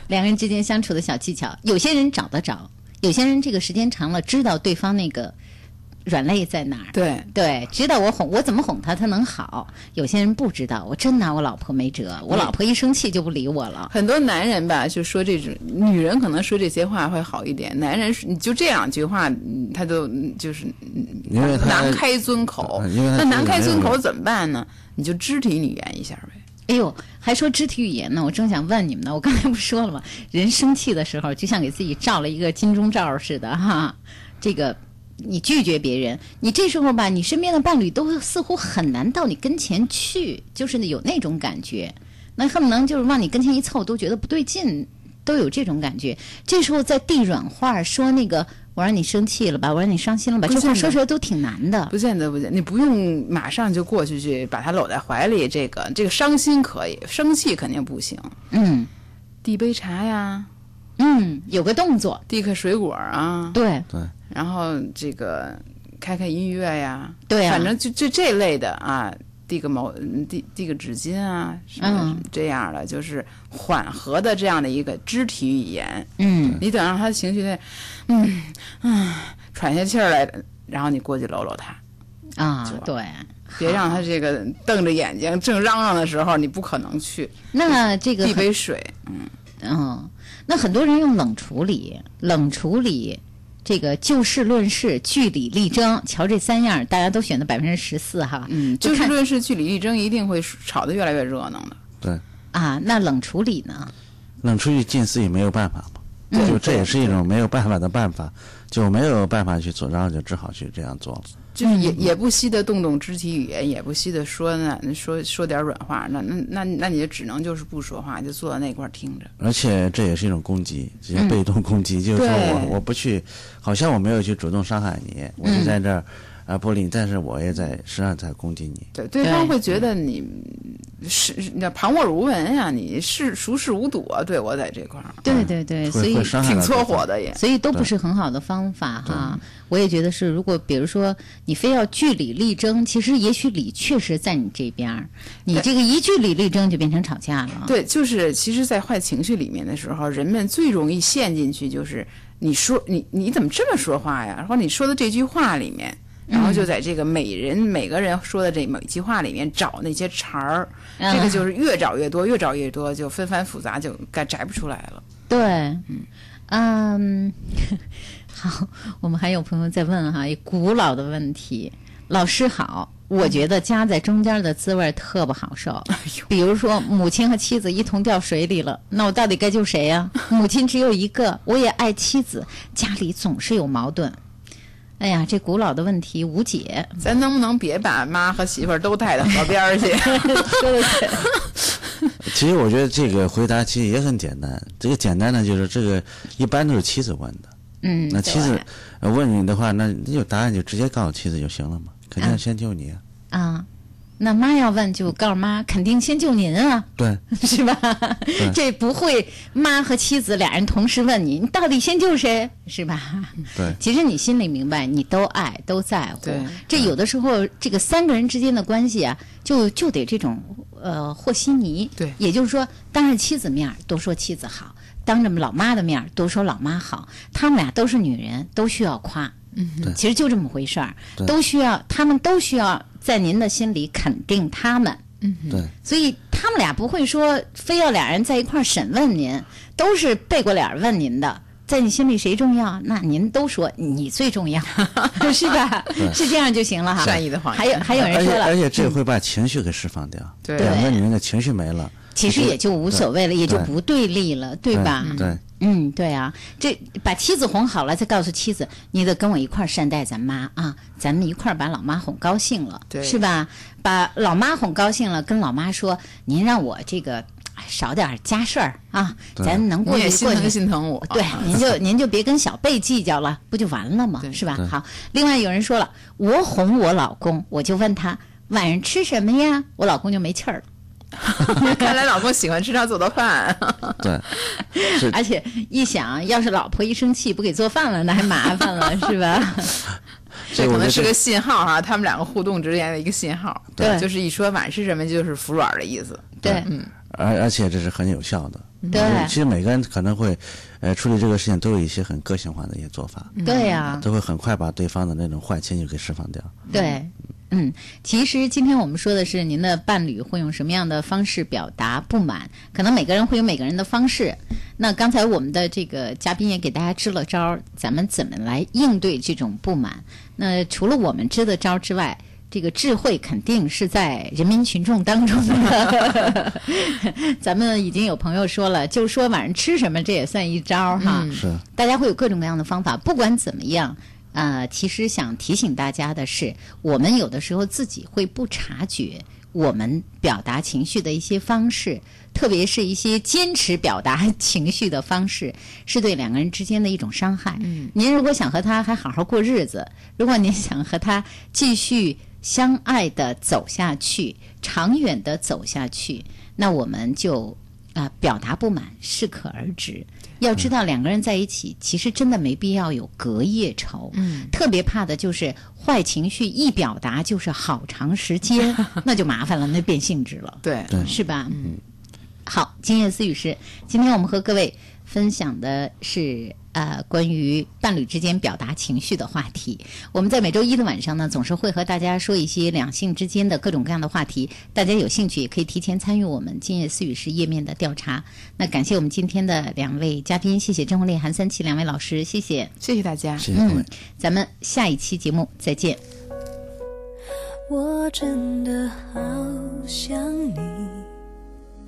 Speaker 9: 两个人之间相处的小技巧，有些人找得着，有些人这个时间长了，知道对方那个软肋在哪儿。
Speaker 10: 对
Speaker 9: 对，知道我哄我怎么哄他，他能好。有些人不知道，我真拿我老婆没辙，我老婆一生气就不理我了。
Speaker 10: 很多男人吧，就说这种女人可能说这些话会好一点，男人是你就这两句话，嗯他都嗯就是嗯
Speaker 5: 因为他
Speaker 10: 难开尊口
Speaker 5: 嗯因为，他
Speaker 10: 那难开尊
Speaker 5: 自己没
Speaker 10: 口
Speaker 5: 有
Speaker 10: 怎么办呢？你就肢体语言一下呗。
Speaker 9: 哎呦，还说肢体语言呢，我正想问你们呢。我刚才不说了吗？ 人生气的时候，就像给自己照了一个金钟罩似的哈。这个你拒绝别人，你这时候吧，你身边的伴侣都似乎很难到你跟前去，就是有那种感觉。那恨不能就是往你跟前一凑，都觉得不对劲，都有这种感觉。这时候再递软话，说那个我让你生气了吧，我让你伤心了吧，
Speaker 10: 不
Speaker 9: 这话
Speaker 10: 见得
Speaker 9: 说出来都挺难的。
Speaker 10: 不见得，不见你不用马上就过去去把他搂在怀里，这个这个伤心可以，生气肯定不行。
Speaker 9: 嗯
Speaker 10: 递杯茶呀，
Speaker 9: 嗯，有个动作，
Speaker 10: 递个水果啊，
Speaker 9: 对
Speaker 5: 对，
Speaker 10: 然后这个开开音乐呀，
Speaker 9: 对啊
Speaker 10: 反正就就这类的啊，递个毛嗯递递个纸巾啊，什么
Speaker 9: 嗯
Speaker 10: 这样的，就是缓和的这样的一个肢体语言。
Speaker 9: 嗯
Speaker 10: 你等让他情绪在，嗯嗯，喘下气儿来，然后你过去搂搂他，
Speaker 9: 啊，对。
Speaker 10: 别让他这个瞪着眼睛正嚷嚷的时候，你不可能去
Speaker 9: 那这个
Speaker 10: 递
Speaker 9: 很
Speaker 10: 杯水。嗯，
Speaker 9: 嗯，那很多人用冷处理，冷处理，这个就事论事，据理力争，瞧这三样，大家都选的百分之十四哈。
Speaker 10: 嗯，就
Speaker 9: 就
Speaker 10: 事
Speaker 9: 看
Speaker 10: 论事，据理力争，一定会吵得越来越热闹的。
Speaker 5: 对，
Speaker 9: 啊，那冷处理呢？
Speaker 5: 冷处理近似于没有办法嘛，
Speaker 9: 嗯
Speaker 5: 就这也是一种没有办法的办法，就没有办法去做，然后就只好去这样做了。
Speaker 10: 就是也也不惜的动动肢体语言，也不惜的说呢说说点软话，那那那那你就只能就是不说话，就坐在那块儿听着。
Speaker 5: 而且这也是一种攻击，直接
Speaker 10: 嗯
Speaker 5: 被动攻 击，就是说
Speaker 10: 对嗯
Speaker 5: 我我不去，好像我没有去主动伤害你，我就在这儿啊不理你，但是我也在实际上在攻击你。
Speaker 10: 对，对
Speaker 5: 对
Speaker 10: 方会觉得你是是那旁若无闻呀、你是熟视无睹啊，对我在这块儿。
Speaker 9: 对对对，所
Speaker 10: 会
Speaker 9: 以
Speaker 10: 会伤害到挺搓火的也
Speaker 9: 所以都不是很好的方法哈。我也觉得是，如果比如说你非要据理力争，其实也许理确实在你这边儿，你
Speaker 10: 对
Speaker 9: 这个一据理力争就变成吵架了。
Speaker 10: 对，就是其实，在坏情绪里面的时候，人们最容易陷进去，就是你说你你怎么这么说话呀？然后你说的这句话里面，然
Speaker 9: 嗯
Speaker 10: 后就在这个每人、每个人说的这每句话里面找那些茬儿，这个
Speaker 9: 嗯
Speaker 10: 就是越找越多，越找越多，就纷繁复杂，就该摘不出来了。
Speaker 9: 对，嗯，好，我们还有朋友在问哈，一古老的问题，老师好。我觉得夹在中间的滋味儿特不好受，比如说母亲和妻子一同掉水里了，那我到底该救谁呀、母亲只有一个，我也爱妻子，家里总是有矛盾。哎呀，这古老的问题无解。
Speaker 10: 咱能不能别把妈和媳妇儿都带到河边儿去？说的对，
Speaker 5: 其实我觉得这个回答其实也很简单，这个简单呢就是这个一般都是妻子问的，
Speaker 9: 嗯，
Speaker 5: 那妻子
Speaker 9: 嗯
Speaker 5: 呃问你的话，那你有答案就直接告诉妻子就行了嘛，肯定要先救你啊。
Speaker 9: 啊，那妈要问就告诉妈，肯定先救您啊，
Speaker 5: 对，
Speaker 9: 是吧？这不会，妈和妻子俩人同时问你，你到底先救谁，是吧？
Speaker 5: 对，
Speaker 9: 其实你心里明白，你都爱，都在乎。这有的时候，这个三个人之间的关系啊，就就得这种呃和稀泥。
Speaker 10: 对，
Speaker 9: 也就是说，当着妻子面多说妻子好，当着老妈的面多说老妈好，他们俩都是女人，都需要夸。
Speaker 5: 嗯，
Speaker 9: 其实就这么回事儿，
Speaker 5: 对
Speaker 9: 都需要，他们都需要在您的心里肯定他们。
Speaker 10: 嗯，
Speaker 5: 对，
Speaker 9: 所以他们俩不会说非要俩人在一块儿审问您，都是背过脸儿问您的。在你心里谁重要？那您都说你最重要，是吧？
Speaker 5: 对
Speaker 9: 是这样就行了哈。
Speaker 10: 善意的谎言
Speaker 9: 还有还有人
Speaker 5: 而
Speaker 9: 说
Speaker 5: 且
Speaker 9: 了，
Speaker 5: 而且这
Speaker 9: 嗯
Speaker 5: 会把情绪给释放掉，
Speaker 10: 对
Speaker 5: 两个女人的情绪没了，
Speaker 9: 其实也就无所谓了，
Speaker 5: 对
Speaker 9: 也就不对立了，对吧？
Speaker 5: 对，
Speaker 9: 嗯，对啊，这把妻子哄好了，再告诉妻子，你得跟我一块儿善待咱妈啊，咱们一块儿把老妈哄高兴了，
Speaker 10: 对
Speaker 9: 是吧？把老妈哄高兴了，跟老妈说，您让我这个哎少点儿家事儿啊，
Speaker 10: 对
Speaker 9: 咱能过
Speaker 10: 你也
Speaker 9: 去
Speaker 10: 心
Speaker 9: 过去
Speaker 10: 疼心疼我
Speaker 9: 对
Speaker 10: 啊，
Speaker 9: 您就您就别跟小贝计较了，不就完了吗？是吧
Speaker 10: 对？
Speaker 9: 好，另外有人说了，我哄我老公，我就问他晚上吃什么呀，我老公就没气儿了。
Speaker 10: 看来老公喜欢吃他做的饭。
Speaker 5: 对，
Speaker 9: 而且一想，要是老婆一生气不给做饭了，那还麻烦了，是吧？
Speaker 5: 所以
Speaker 10: 这可
Speaker 5: 我觉
Speaker 10: 能
Speaker 5: 得
Speaker 10: 是
Speaker 5: 这
Speaker 10: 个信号哈、他们两个互动之间的一个信号。
Speaker 9: 对
Speaker 10: 就是一说晚是什么，就是服软的意思。
Speaker 9: 对，
Speaker 10: 嗯，
Speaker 5: 而而且这是很有效的。
Speaker 9: 对
Speaker 5: 其实每个人可能会，呃，处理这个事情都有一些很个性化的一些做法，
Speaker 9: 对啊呀
Speaker 5: 嗯都会很快把对方的那种坏情绪给释放掉。
Speaker 9: 对，嗯，其实今天我们说的是您的伴侣会用什么样的方式表达不满，可能每个人会有每个人的方式。那刚才我们的这个嘉宾也给大家支了招儿，咱们怎么来应对这种不满？那除了我们支的招儿之外，这个智慧肯定是在人民群众当中的。咱们已经有朋友说了，就说晚上吃什么，这也算一招儿哈。
Speaker 5: 是
Speaker 9: 大家会有各种各样的方法。不管怎么样，呃，其实想提醒大家的是，我们有的时候自己会不察觉我们表达情绪的一些方式，特别是一些坚持表达情绪的方式，是对两个人之间的一种伤害。
Speaker 10: 嗯，
Speaker 9: 您如果想和他还好好过日子，如果您想和他继续相爱的走下去，长远的走下去，那我们就啊、呃表达不满适可而止。要知道，两个人在一起，其实真的没必要有隔夜仇。
Speaker 10: 嗯
Speaker 9: 特别怕的就是坏情绪一表达就是好长时间，那就麻烦了，那变性质了，
Speaker 10: 对
Speaker 5: 对
Speaker 9: 是吧？嗯。好，今夜思雨是今天我们和各位分享的是呃关于伴侣之间表达情绪的话题。我们在每周一的晚上呢，总是会和大家说一些两性之间的各种各样的话题，大家有兴趣也可以提前参与我们今夜思雨是页面的调查。那感谢我们今天的两位嘉宾，谢谢郑红丽、韩三奇两位老师，谢谢，嗯
Speaker 10: 谢谢大家，
Speaker 5: 谢谢各位。
Speaker 9: 咱们下一期节目再见。
Speaker 1: 我真的好想你。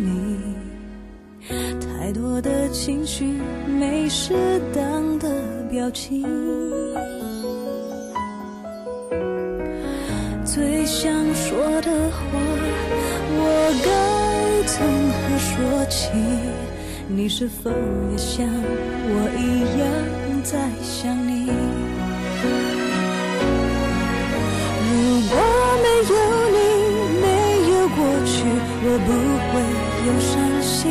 Speaker 1: 你，太多的情绪没适当的表情，最想说的话，我该从何说起？你是否也像我一样在想你？如果没有你，没有过去，我不会有伤心。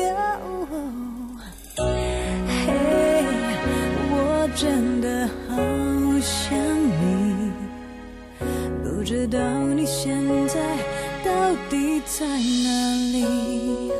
Speaker 1: 哦嘿，我真的好想你，不知道你现在到底在哪里。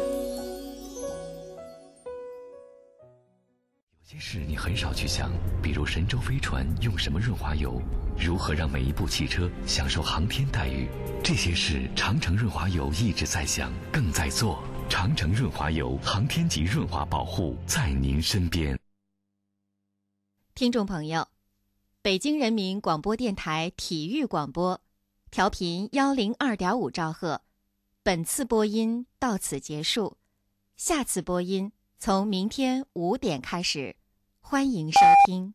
Speaker 2: 些事你很少去想，比如神舟飞船用什么润滑油，如何让每一部汽车享受航天待遇，这些事长城润滑油一直在想，更在做。长城润滑油，航天级润滑保护，在您身边。
Speaker 1: 听众朋友，北京人民广播电台体育广播，调频幺零二点五兆赫。本次播音到此结束，下次播音从明天五点开始，欢迎收听。